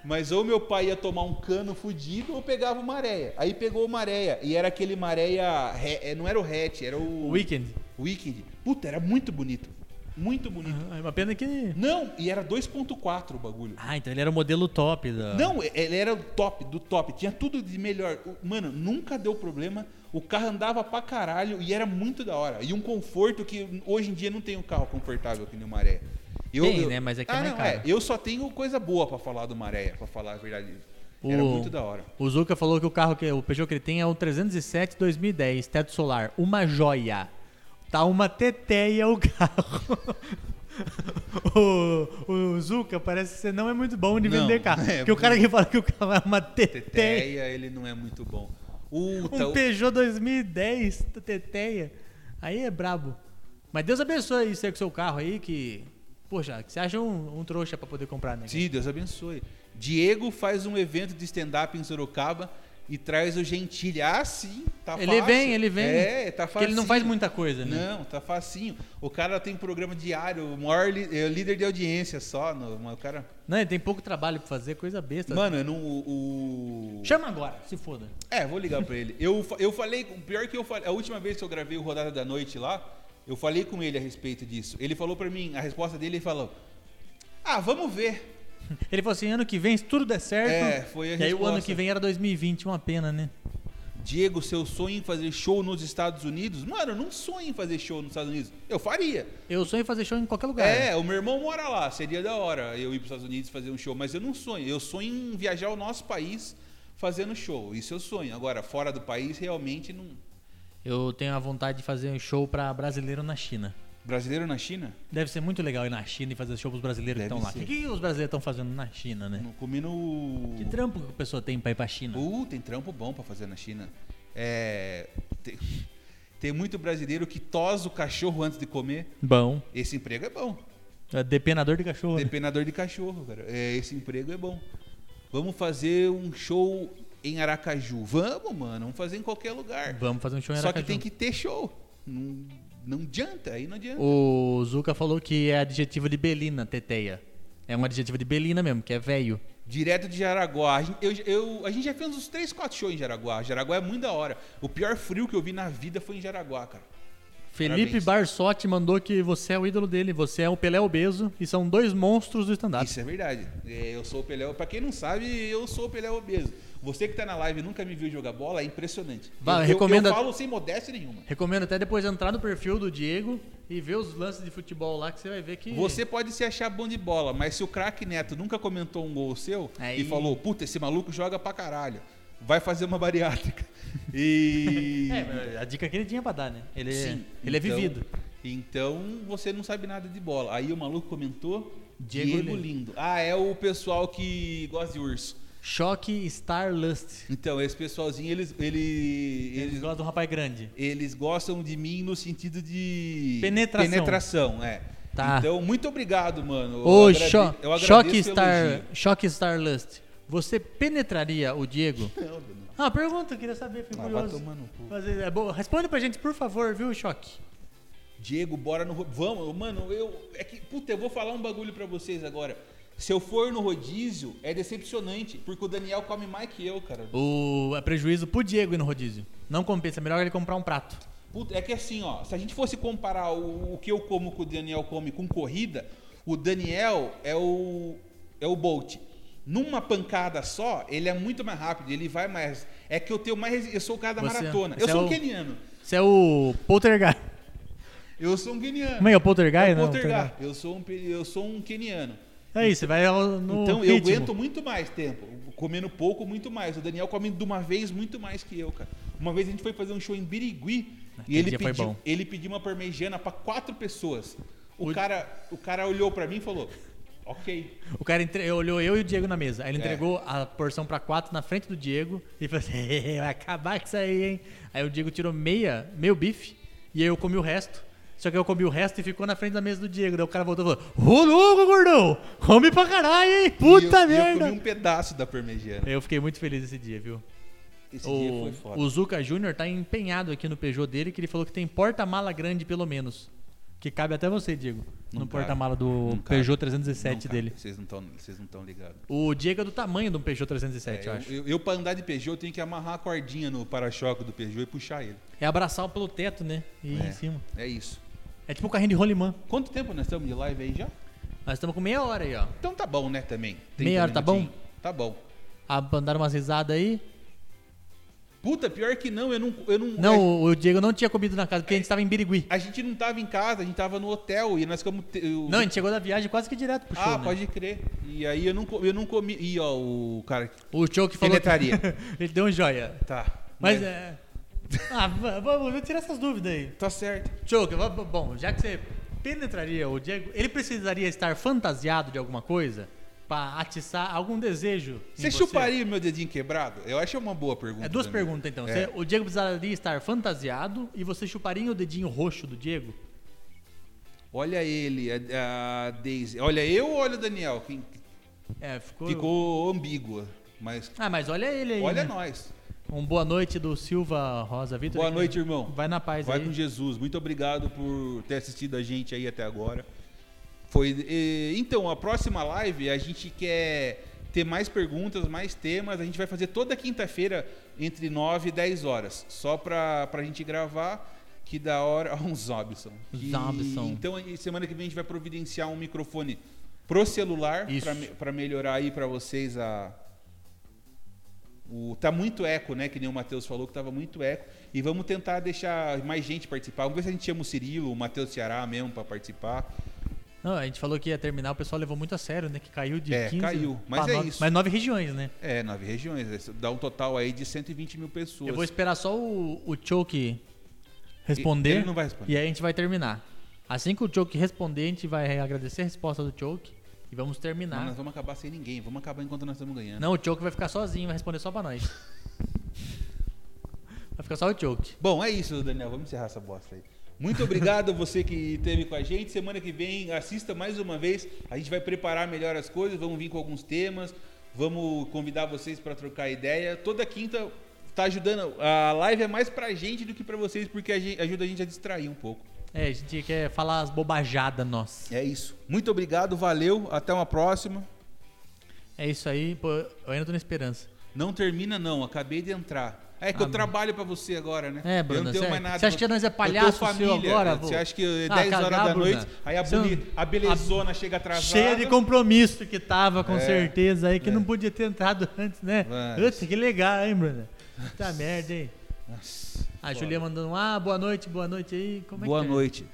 B: Mas ou meu pai ia tomar um cano fudido ou pegava uma areia. Aí pegou uma areia. E era aquele maréia. ré- é, Não era o hatch, era o.
A: Weekend.
B: Wicked. Puta, era muito bonito. Muito bonito.
A: É uma pena que.
B: Não, e era 2,4 o bagulho.
A: Ah, então ele era o modelo top da.
B: Não, ele era o top do top, tinha tudo de melhor. O- Mano, nunca deu problema. O carro andava pra caralho e era muito da hora. E um conforto que hoje em dia não tem um carro confortável que nem o Maré. Ah,
A: Tem, né? Mas é que é mais
B: não,
A: caro.
B: Eu só tenho coisa boa pra falar do Maré, pra falar a verdade. Era
A: O-
B: muito da hora.
A: O Zuka falou que o carro que o Peugeot que ele tem é um 307 2010, teto solar, uma joia. Tá uma teteia o carro. o, o Zuka parece que você não é muito bom de
B: Não,
A: vender carro.
B: é,
A: porque o cara que fala que o carro é uma teteia.
B: Teteia, ele não é muito bom. Puta,
A: Um
B: o-
A: Peugeot 2010, da Teteia. Aí é brabo. Mas Deus abençoe isso aí com seu carro aí, que Poxa, você acha um, um trouxa pra poder comprar, né?
B: Sim, Deus abençoe. Diego faz um evento de stand-up em Sorocaba e traz o Gentili. Ah, sim, tá
A: Ele
B: fácil.
A: vem, ele vem.
B: É, tá
A: Porque
B: facinho.
A: ele não faz muita coisa, né?
B: Não, tá facinho. O cara tem programa diário, o maior li- é o líder de audiência só. No, mas o cara...
A: Não, ele tem pouco trabalho pra fazer, coisa besta.
B: Mano, eu não... O, o-
A: Chama agora, se foda.
B: É, vou ligar pra ele. Eu, fa- eu falei, com- pior que eu falei, a última vez que eu gravei o Rodada da Noite lá, eu falei com ele a respeito disso. Ele falou pra mim, a resposta dele, ele falou: Ah, vamos ver.
A: Ele falou assim, ano que vem, se tudo der certo...
B: É, foi a
A: E aí o ano
B: resposta.
A: que vem era 2020, uma pena, né?
B: Diego, seu sonho em fazer show nos Estados Unidos? Mano, eu não sonho em fazer show nos Estados Unidos. Eu faria.
A: Eu sonho em fazer show em qualquer lugar.
B: É, o meu irmão mora lá, seria da hora eu ir para os Estados Unidos fazer um show, mas eu não sonho. Eu sonho em viajar ao nosso país fazendo show. Isso eu sonho. Agora, fora do país, realmente não.
A: Eu tenho a vontade de fazer um show pra brasileiro na China.
B: Brasileiro na China?
A: Deve ser muito legal ir na China e fazer show pros brasileiros que
B: Deve
A: estão lá. O
B: ser.
A: que, que os brasileiros estão fazendo na China, né?
B: Não comi no.
A: Que trampo né? que a pessoa tem pra ir pra China?
B: Uh, tem trampo bom pra fazer na China. É, tem, tem muito brasileiro que tosa o cachorro antes de comer.
A: Bom.
B: Esse emprego é bom.
A: É depenador de cachorro. né?
B: Depenador de cachorro, cara. É, esse emprego é bom. Vamos fazer um show em Aracaju. Vamos, mano. Vamos fazer em qualquer lugar.
A: Vamos fazer um show em
B: Só que
A: Aracaju.
B: tem que ter show. Não, não adianta, aí não adianta.
A: O Zuka falou que é adjetivo de Belina, teteia. É um adjetivo de Belina mesmo, que é velho.
B: Direto de Jaraguá. A gen- eu- eu- a gente já fez uns 3, 4 shows em Jaraguá. Jaraguá é muito da hora. O pior frio que eu vi na vida foi em Jaraguá, cara.
A: Felipe
B: Parabéns.
A: Barsotti mandou que você é o ídolo dele, você é o Pelé obeso e são dois monstros do stand-up.
B: Isso é verdade. É, eu sou o Pelé. Pra quem não sabe, eu sou o Pelé obeso. Você que tá na live e nunca me viu jogar bola, é impressionante.
A: Bah,
B: eu, eu-
A: recomenda-
B: eu falo sem modéstia nenhuma.
A: Recomendo até depois entrar no perfil do Diego e ver os lances de futebol lá que você vai ver que
B: Você pode se achar bom de bola, mas se o craque Neto nunca comentou um gol seu
A: Aí-
B: e falou, puta, esse maluco joga pra caralho, vai fazer uma bariátrica. E...
A: É, mas a dica que ele tinha pra dar, né? Ele,
B: Sim,
A: ele é
B: então-
A: vivido.
B: Então você não sabe nada de bola. Aí o maluco comentou,
A: Diego
B: Diego,
A: Lindo.
B: lindo. Ah, é o pessoal que gosta de urso.
A: Choque Starlust.
B: Então, esse pessoalzinho, eles, ele,
A: Eles
B: eles
A: gostam do rapaz grande.
B: Eles gostam de mim no sentido de.
A: Penetração.
B: Penetração, é.
A: Tá.
B: Então, muito obrigado, mano. Eu
A: Ô,
B: agrade-
A: Cho-
B: eu agradeço
A: Choque
B: o
A: Star,
B: elogio.
A: Choque Starlust. Você penetraria o Diego?
B: Não, Bruno.
A: Ah, pergunta, eu queria saber, fiquei
B: Ah, vai
A: curioso.
B: tomar no cu.
A: Mas é bom, responde pra gente, por favor, viu, Choque?
B: Diego, bora no. ro- Vamos, mano, eu. É que, puta, eu vou falar um bagulho pra vocês agora. Se eu for no rodízio, é decepcionante, porque o Daniel come mais que eu, cara.
A: O é prejuízo pro Diego ir no rodízio. Não compensa, é melhor ele comprar um prato.
B: Puta, é que assim, ó, se a gente fosse comparar o, o que eu como com o Daniel come com corrida, o Daniel é o é o Bolt. Numa pancada só, ele é muito mais rápido, ele vai mais. É que eu tenho mais, resi- eu sou o cara da
A: Você-
B: maratona.
A: você
B: Eu
A: é
B: sou
A: o-
B: um keniano.
A: Isso é o Poltergeist.
B: Eu sou um keniano.
A: Como é que é o Poltergeist?
B: eu,
A: não,
B: poltergar. eu sou um pe- eu sou um keniano.
A: É isso, você vai ao- no
B: então eu
A: ritmo.
B: aguento muito mais tempo, comendo pouco, muito mais. O Daniel come de uma vez muito mais que eu, cara. Uma vez a gente foi fazer um show em Birigui
A: Naquele
B: e ele
A: dia foi
B: pediu,
A: bom.
B: ele pediu uma parmegiana pra quatro pessoas. O,
A: O-
B: cara, o cara olhou pra mim e falou: "OK".
A: O cara entre... olhou eu e o Diego na mesa. Aí ele
B: É.
A: entregou a porção pra quatro na frente do Diego e falou assim: vai acabar com isso aí, hein? Aí o Diego tirou meia, meio bife, e aí eu comi o resto. Só que eu comi o resto e ficou na frente da mesa do Diego. Daí o cara voltou e falou: Ô louco, gordão! Come pra caralho, hein?
B: E
A: Puta
B: eu, e Eu
A: merda!
B: comi um pedaço da parmegiana.
A: Eu fiquei muito feliz esse dia, viu?
B: Esse dia
A: O,
B: foi foda.
A: o Zuka Júnior tá empenhado aqui no Peugeot dele, que ele falou que tem porta-mala grande, pelo menos. Que cabe até você, Diego.
B: Não
A: no
B: cabe.
A: porta-mala do
B: Não cabe.
A: Peugeot
B: Não,
A: 307
B: cara,
A: dele.
B: Vocês não estão, vocês não estão ligados.
A: O Diego é do tamanho do Peugeot 307,
B: É,
A: eu
B: eu,
A: acho.
B: eu, eu, pra andar de Peugeot, eu tenho que amarrar a cordinha no para-choque do Peugeot e puxar ele.
A: É abraçar pelo teto, né? E ir
B: É.
A: em cima.
B: É isso.
A: É tipo o carrinho de rolimã.
B: Quanto tempo nós estamos de live aí já?
A: Nós estamos com meia hora aí, ó.
B: Então tá bom, né, também.
A: Meia hora tá bom?
B: minutinhos. Tá bom.
A: Ah, mandaram umas risadas aí.
B: Puta, pior que não, eu não. Eu não, é
A: Não, o- o Diego não tinha comido na casa, porque a gente tava em Birigui.
B: A, a gente não tava em casa, a gente tava no hotel e nós ficamos. te- eu-
A: Não, a gente chegou da viagem quase que direto pro show,
B: Ah,
A: né?
B: pode crer. E aí eu não, co- eu não comi. Ih, ó, o cara.
A: O show que falou...
B: Deletaria.
A: Ele deu um joia.
B: Tá.
A: Mas
B: né?
A: é... Ah, v- vamos vamos tirar essas dúvidas aí.
B: Tá certo.
A: Choke, va- bom, já que você penetraria o Diego, ele precisaria estar fantasiado de alguma coisa pra atiçar algum desejo. em
B: Você chuparia meu dedinho quebrado? Eu acho uma boa pergunta.
A: É duas
B: também.
A: perguntas então.
B: É.
A: Você- o Diego precisaria estar fantasiado e você chuparia o dedinho roxo do Diego?
B: Olha ele, é, a, a Daisy. Olha eu ou olha o Daniel? Quem-
A: É, ficou.
B: Ficou ambígua. Mas
A: Ah, mas olha ele aí.
B: olha
A: né?
B: nós.
A: Um boa noite do Silva Rosa Vitor.
B: Boa
A: Ele-
B: noite, irmão.
A: Vai na paz
B: Vai
A: aí.
B: com Jesus. Muito obrigado por ter assistido a gente aí até agora. Foi. e, então, a próxima live a gente quer ter mais perguntas, mais temas. A gente vai fazer toda quinta-feira entre 9 e 10 horas. Só pra, pra gente gravar. Que da hora. Um Zobson. Que-
A: Zobson.
B: Então, aí, semana que vem a gente vai providenciar um microfone pro celular
A: Isso.
B: pra me- pra melhorar aí pra vocês a. O, tá muito eco, né? Que nem o Matheus falou que tava muito eco. E vamos tentar deixar mais gente participar. Vamos ver se a gente chama o Cirilo, o Matheus Ceará mesmo para participar.
A: Não, a gente falou que ia terminar, o pessoal levou muito a sério, né? Que caiu de
B: É,
A: 15.
B: caiu, mas
A: pra
B: é
A: nove-
B: isso.
A: Mas nove regiões, né?
B: É, nove regiões. Isso Dá um total aí de 120 mil pessoas.
A: Eu vou esperar só o, o Choke responder.
B: Ele não vai responder.
A: E aí a gente vai terminar. Assim que o Choke responder, a gente vai agradecer a resposta do Choke e vamos
B: Mas
A: terminar.
B: nós vamos acabar sem ninguém. Vamos acabar enquanto nós estamos ganhando.
A: Não, o Choke vai ficar sozinho, vai responder só pra nós. vai ficar só o Choke.
B: Bom, é isso, Daniel. Vamos encerrar essa bosta aí. Muito obrigado a você que esteve com a gente. Semana que vem, assista mais uma vez. A gente vai preparar melhor as coisas. Vamos vir com alguns temas. Vamos convidar vocês para trocar ideia. Toda quinta tá ajudando. A live é mais pra gente do que pra vocês, porque a gente- ajuda a gente a distrair um pouco.
A: É, a gente quer falar as bobajadas nossas.
B: É isso. Muito obrigado, valeu. Até uma próxima.
A: É isso aí, pô, eu ainda tô na esperança.
B: Não termina, não. Acabei de entrar. É que eu trabalho pra você agora, né?
A: Ah, É,
B: Eu
A: Bruna,
B: não tenho
A: cê-
B: mais nada.
A: cê acha que nós é
B: Eu tô
A: palhaço seu agora, vô?
B: Você acha que é
A: Ah,
B: 10 horas
A: cagar,
B: da
A: Bruna.
B: noite, aí a,
A: Cê não-
B: boni- a belezona chega atrasada.
A: Cheia de compromisso que tava, com
B: É,
A: certeza, aí que
B: é.
A: não podia ter entrado antes, né?
B: Vai.
A: Antes, que legal, hein, Bruna? Tá merda, hein?
B: Nossa,
A: A
B: foda.
A: Julia mandando um, ah, boa noite, boa noite aí. Como é
B: Boa
A: que é?
B: noite.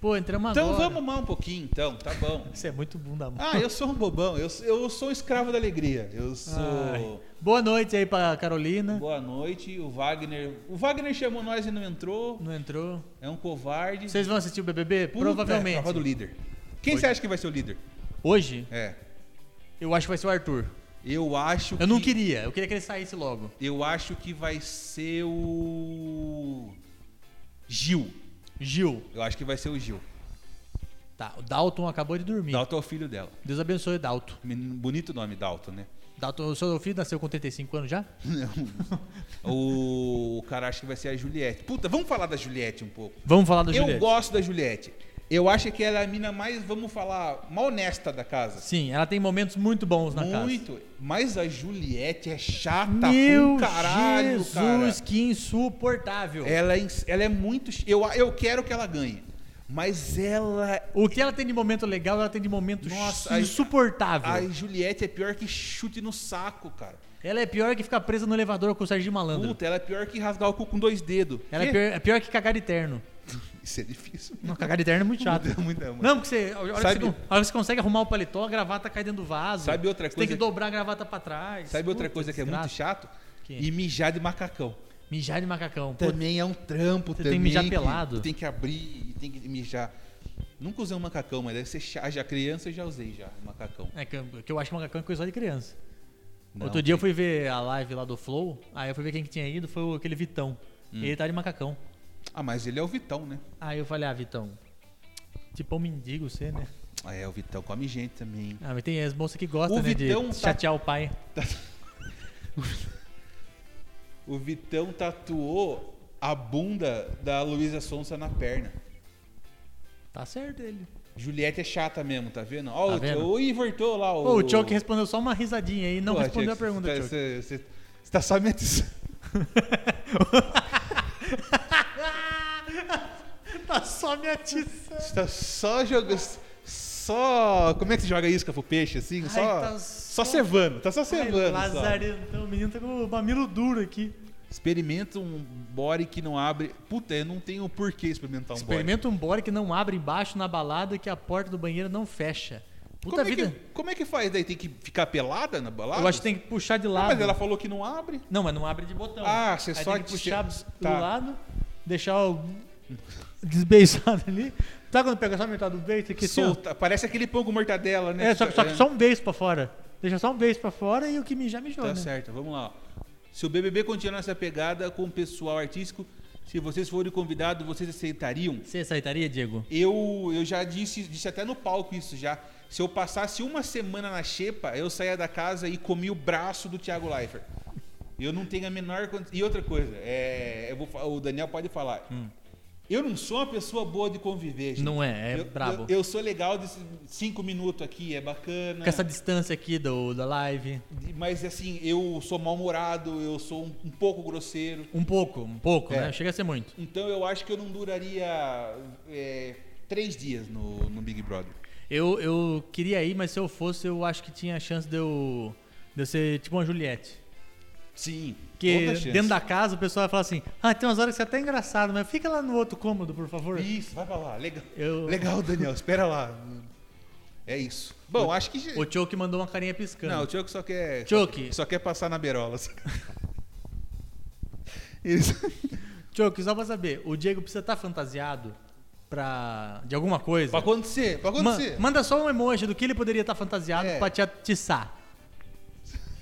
A: Pô, entramos
B: Então
A: agora.
B: vamos mal um pouquinho, então. Tá bom.
A: Isso é muito bunda mole.
B: Ah, eu sou um bobão. Eu, eu sou um escravo da alegria. Eu
A: Ai.
B: sou...
A: Boa noite aí pra Carolina.
B: Boa noite. O Wagner... O Wagner chamou nós e não entrou.
A: Não entrou.
B: É um covarde.
A: Vocês vão assistir o BBB?
B: Puta,
A: Provavelmente.
B: prova do líder. Quem
A: Hoje-
B: você acha que vai ser o líder?
A: Hoje,
B: É.
A: eu acho que vai ser o Arthur.
B: Eu acho
A: Eu não
B: que...
A: queria, eu queria que ele saísse logo.
B: Eu acho que vai ser o. Gil.
A: Gil.
B: Eu acho que vai ser o Gil.
A: Tá, o Dalton acabou de dormir.
B: Dalton é o filho dela.
A: Deus abençoe o Dalton.
B: Menino- Bonito nome, Dalton, né?
A: Dalton, o seu filho nasceu com 35 anos já?
B: o... o cara acha que vai ser a Juliette. Puta, vamos falar da Juliette um pouco.
A: Vamos falar do
B: eu
A: Juliette.
B: gosto da Juliette. Eu acho que ela é a mina mais, vamos falar, mais honesta da casa.
A: Sim, ela tem momentos muito bons na casa.
B: Muito. Mas a Juliette é chata
A: Meu
B: pra um caralho,
A: Jesus,
B: cara.
A: que insuportável.
B: Ela é, ins- ela é muito. ch- Eu, eu quero que ela ganhe. Mas ela
A: O que ela tem de momento legal, ela tem de momento
B: Nossa,
A: ch-
B: a-
A: insuportável.
B: A Juliette é pior que chute no saco, cara.
A: Ela é pior que ficar presa no elevador com o Serginho Malandro.
B: Puta, ela é pior que rasgar o cu com dois dedos.
A: Ela é
B: Quê?
A: pior, é pior que cagar de terno.
B: Isso é difícil.
A: Não, cagar de terno é muito chato.
B: Muito, muito, muito.
A: Não, porque você, a hora, que
B: Sabe-
A: você, con- a hora que você consegue arrumar o paletó, a gravata cai dentro do vaso.
B: Sabe outra
A: Você tem
B: coisa que-
A: que dobrar a gravata pra trás.
B: Sabe outra
A: Puta,
B: coisa que é muito
A: desgraça.
B: chato?
A: Que?
B: E mijar de macacão.
A: Mijar de macacão. Pô,
B: Também é um trampo
A: Você tem que
B: também.
A: mijar pelado.
B: Tem que abrir e tem que mijar. Nunca usei um macacão, mas deve ser chato. Já criança eu já usei já um macacão.
A: É que eu, que eu acho que macacão é coisa só de criança.
B: Não.
A: Outro dia eu fui ver a live lá do Flow, aí eu fui ver quem que tinha ido, foi o- aquele Vitão.
B: Hum.
A: E ele tá de macacão.
B: Ah, mas ele é o Vitão, né?
A: Aí eu falei, ah, Vitão, tipo um mendigo você, né?
B: Ah, é, o Vitão come gente também.
A: Ah, mas tem as moças que gostam,
B: O
A: né,
B: Vitão
A: de
B: tá-
A: chatear o pai.
B: O Vitão tatuou a bunda da Luísa Sonsa na perna.
A: Tá certo ele.
B: Juliette é chata mesmo, tá vendo? Ó,
A: Tá
B: o-
A: vendo?
B: o invertou lá o.
A: Pô, o Choke respondeu só uma risadinha aí, não
B: Pô,
A: respondeu a
B: Chuck,
A: pergunta,
B: tá-
A: Choke.
B: Você você- você tá só me atiçando.
A: tá só me atiçando.
B: Você tá só jogando. Só. Como é que se joga isca pro peixe, assim?
A: Ai,
B: só.
A: tá
B: só
A: só-
B: cevando, tá só
A: Ai,
B: cevando. só.
A: Lazarentão, o menino tá com o mamilo duro aqui.
B: Experimenta um body que não abre. Puta, eu não tenho por que experimentar um body.
A: Experimenta um bore que não abre embaixo na balada e que a porta do banheiro não fecha. Puta
B: Como é,
A: vida.
B: que, como é que faz daí? Tem que ficar pelada na balada?
A: Eu acho que tem que puxar de
B: Ah,
A: lado.
B: mas ela falou que não abre.
A: Não, mas não abre de botão.
B: Ah, você
A: Aí
B: só
A: tem que
B: que
A: puxar
B: você-
A: do
B: tá.
A: lado, deixar o desbeiçado ali. Tá quando pega só a metade do beijo aqui? assim, ó?
B: Solta. Parece aquele pão com mortadela, né?
A: É, só, só,
B: É.
A: só um beijo pra fora. Deixa só um beijo pra fora e o que mijar mijou,
B: Tá
A: né?
B: certo, vamos lá. ó. Se o BBB continuar essa pegada com o pessoal artístico, Se vocês forem convidados, vocês aceitariam?
A: Você aceitaria, Diego?
B: Eu, eu já disse, disse até no palco isso já. Se eu passasse uma semana na xepa, eu saía da casa e comia o braço do Thiago Leifert. Eu não tenho a menor condi- E outra coisa, é, eu vou fa- o Daniel pode falar. Eu não sou uma pessoa boa de conviver, gente.
A: Hum. Não é, é
B: eu,
A: brabo.
B: Eu, eu sou legal desses cinco minutos aqui, é bacana.
A: Com essa distância aqui do, da live.
B: Mas assim, eu sou mal-humorado, eu sou um, um pouco grosseiro.
A: Um pouco, um pouco,
B: É.
A: né? Chega a ser muito.
B: Então eu acho que eu não duraria é, três dias no, no Big Brother.
A: Eu, eu queria ir, mas se eu fosse, eu acho que tinha chance de eu, de eu ser tipo uma Juliette.
B: Sim.
A: Porque dentro da casa o pessoal vai falar assim: ah, tem umas horas que você é até engraçado, mas fica lá no outro cômodo, por favor.
B: Isso, vai pra lá. Legal.
A: Eu-
B: Legal, Daniel. Espera lá. É isso. Bom, acho que.
A: O Choke mandou uma carinha piscando.
B: Não, o Choco só quer.
A: Choke.
B: Só quer passar na berola. Isso.
A: Choke, só pra saber, o Diego precisa estar fantasiado pra. de alguma coisa.
B: Pra acontecer, pra
A: Ma-
B: acontecer.
A: manda só um emoji do que ele poderia estar fantasiado
B: É.
A: pra te atiçar.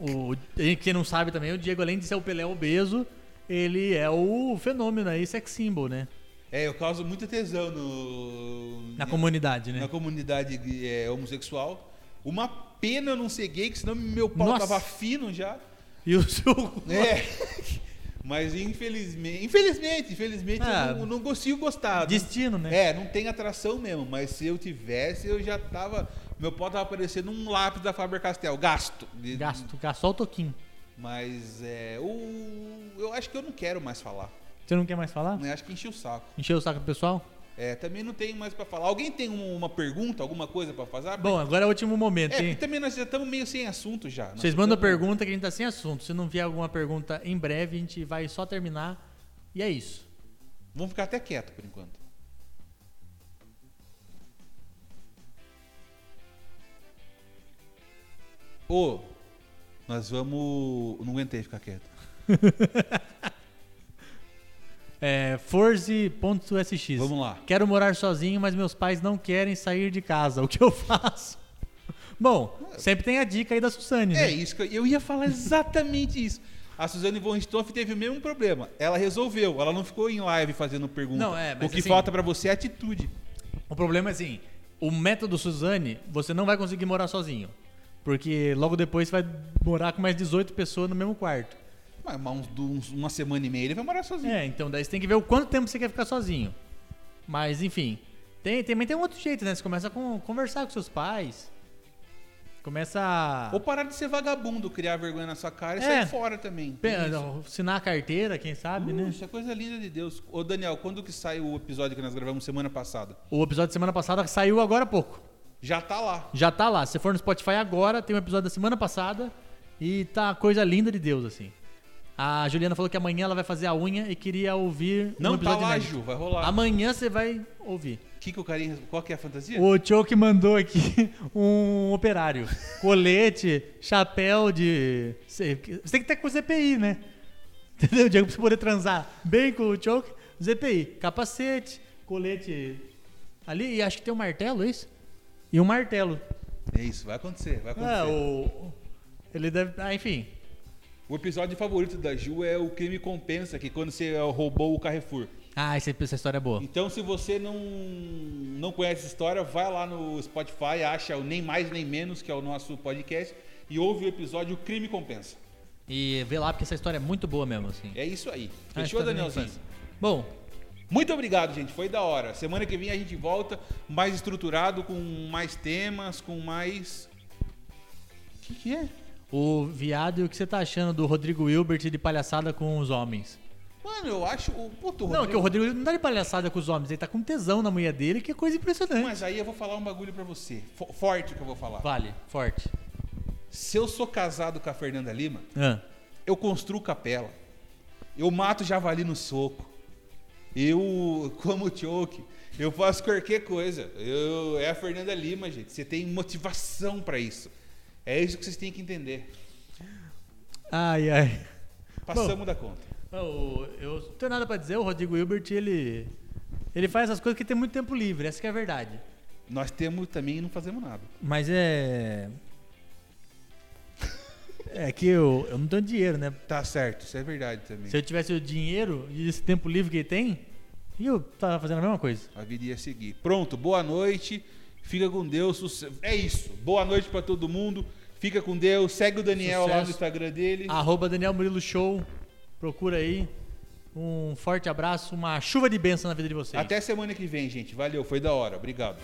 A: O, e quem não sabe também, o Diego, além de ser o Pelé obeso, ele é o fenômeno aí, sex symbol, né?
B: É, eu causo muita tesão no.
A: Na comunidade, né?
B: É. na comunidade é, homossexual. Uma pena eu não ser gay, que senão meu pau
A: Nossa.
B: tava fino já.
A: E o seu.
B: É. Mas infelizmente. Infelizmente, infelizmente,
A: Ah,
B: eu não, não consigo gostar.
A: Destino, né?
B: É, não tem atração mesmo, mas se eu tivesse, eu já tava. Meu pau tava parecendo um lápis da Faber Castell. Gasto. De-
A: Gasto, gasto, só o toquinho.
B: Mas é. O, eu acho que eu não quero mais falar.
A: Você não quer mais falar?
B: né? Acho que enchi o saco.
A: Encheu o saco do pessoal?
B: É, também não tenho mais pra falar. Alguém tem um- uma pergunta, alguma coisa pra fazer?
A: Bom, agora é o último momento,
B: É, então, porque
A: hein?
B: também nós já estamos meio sem assunto já. Nós
A: Vocês mandam
B: estamos-
A: pergunta que a gente tá sem assunto. Se não vier alguma pergunta em breve, a gente vai só terminar. E é isso.
B: Vamos ficar até quieto por enquanto. Ô, nós vamos. Não aguentei ficar quieto.
A: É, forze.sx.
B: Vamos lá.
A: Quero morar sozinho, mas meus pais não querem sair de casa. O que eu faço? Bom, sempre tem a dica aí da Suzane,
B: É
A: né?
B: isso que eu, eu ia falar exatamente isso. A Suzane von Stoff teve o mesmo problema. Ela resolveu, ela não ficou em live fazendo pergunta.
A: Não, é, mas
B: o que
A: assim-
B: falta pra você é atitude.
A: O problema é assim, o método Suzane, você não vai conseguir morar sozinho. Porque logo depois você vai morar com mais 18 pessoas no mesmo quarto.
B: Mas mas uns- uns- uma semana e meia ele vai morar sozinho.
A: É, então daí você tem que ver o quanto tempo você quer ficar sozinho. Mas enfim, tem, também tem um outro jeito, né? Você começa a con- conversar com seus pais. Começa a...
B: Ou parar de ser vagabundo, criar vergonha na sua cara e
A: É.
B: sair fora também.
A: pe- assinar a carteira, quem sabe, né?
B: Isso é coisa linda de Deus. Ô, Daniel, quando que sai o episódio que nós gravamos semana passada?
A: O episódio de semana passada saiu agora há pouco.
B: Já tá lá.
A: Já tá lá. Se você for no Spotify agora, tem um episódio da semana passada e tá coisa linda de Deus, assim. A Juliana falou que amanhã ela vai fazer a unha e queria ouvir um
B: Não tá
A: episódio
B: lá,
A: inédito.
B: Ju, vai rolar.
A: Amanhã você vai ouvir.
B: Que que o carinha... Qual que é a fantasia?
A: O Choke mandou aqui um operário. Colete, chapéu de. Você tem que ter com ZPI, né? Entendeu, Diego? Pra você poder transar bem com o Choke, ZPI. Capacete, colete ali, e acho que tem um martelo, é isso? E um martelo.
B: É isso, vai acontecer, vai acontecer.
A: É, o. Ele deve. Ah, enfim.
B: O episódio favorito da Ju é o Crime Compensa, que é quando você ó, roubou o Carrefour.
A: Ah, esse- essa história é boa.
B: Então, se você não, não conhece essa história, vai lá no Spotify, acha o Nem Mais Nem Menos, que é o nosso podcast, e ouve o episódio Crime Compensa.
A: E vê lá, porque essa história é muito boa mesmo, assim.
B: É isso aí.
A: Ah,
B: Fechou,
A: história da minha
B: Danielzinho?
A: infância. Bom,
B: Muito obrigado, gente. Foi da hora. Semana que vem a gente volta mais estruturado, com mais temas, com mais. O que, que é?
A: o viado, e o que você tá achando do Rodrigo Wilbert de palhaçada com os homens?
B: Mano, eu acho. O puto
A: Não, que o Rodrigo não tá de palhaçada com os homens, ele tá com tesão na mulher dele, que é coisa impressionante.
B: Mas aí eu vou falar um bagulho pra você. Fo- Forte que eu vou falar.
A: Vale, forte.
B: Se eu sou casado com a Fernanda Lima,
A: Ah,
B: eu construo capela. Eu mato javali no soco. Eu como choke. Eu faço qualquer coisa. Eu, é a Fernanda Lima, gente. Você tem motivação pra isso. É isso que vocês têm que entender.
A: Ai, ai.
B: Passamos da conta.
A: Eu, eu não tenho nada pra dizer, o Rodrigo Hilbert, ele. Ele faz essas coisas que tem muito tempo livre, essa que é a verdade.
B: Nós temos também e não fazemos nada.
A: Mas é. É que eu, eu não tenho dinheiro, né?
B: Tá certo, isso é verdade também.
A: Se eu tivesse o dinheiro e esse tempo livre que ele tem, eu tava fazendo a mesma coisa.
B: A vida ia seguir. Pronto, boa noite. Fica com Deus. suce- É isso. Boa noite pra todo mundo. Fica com Deus. Segue o Daniel lá
A: Sucesso.
B: no
A: Ah,
B: Instagram dele.
A: Arroba Daniel Murilo Show. Procura aí. Um forte abraço, uma chuva de bênção na vida de vocês.
B: Até semana que vem, gente. Valeu, foi da hora. Obrigado.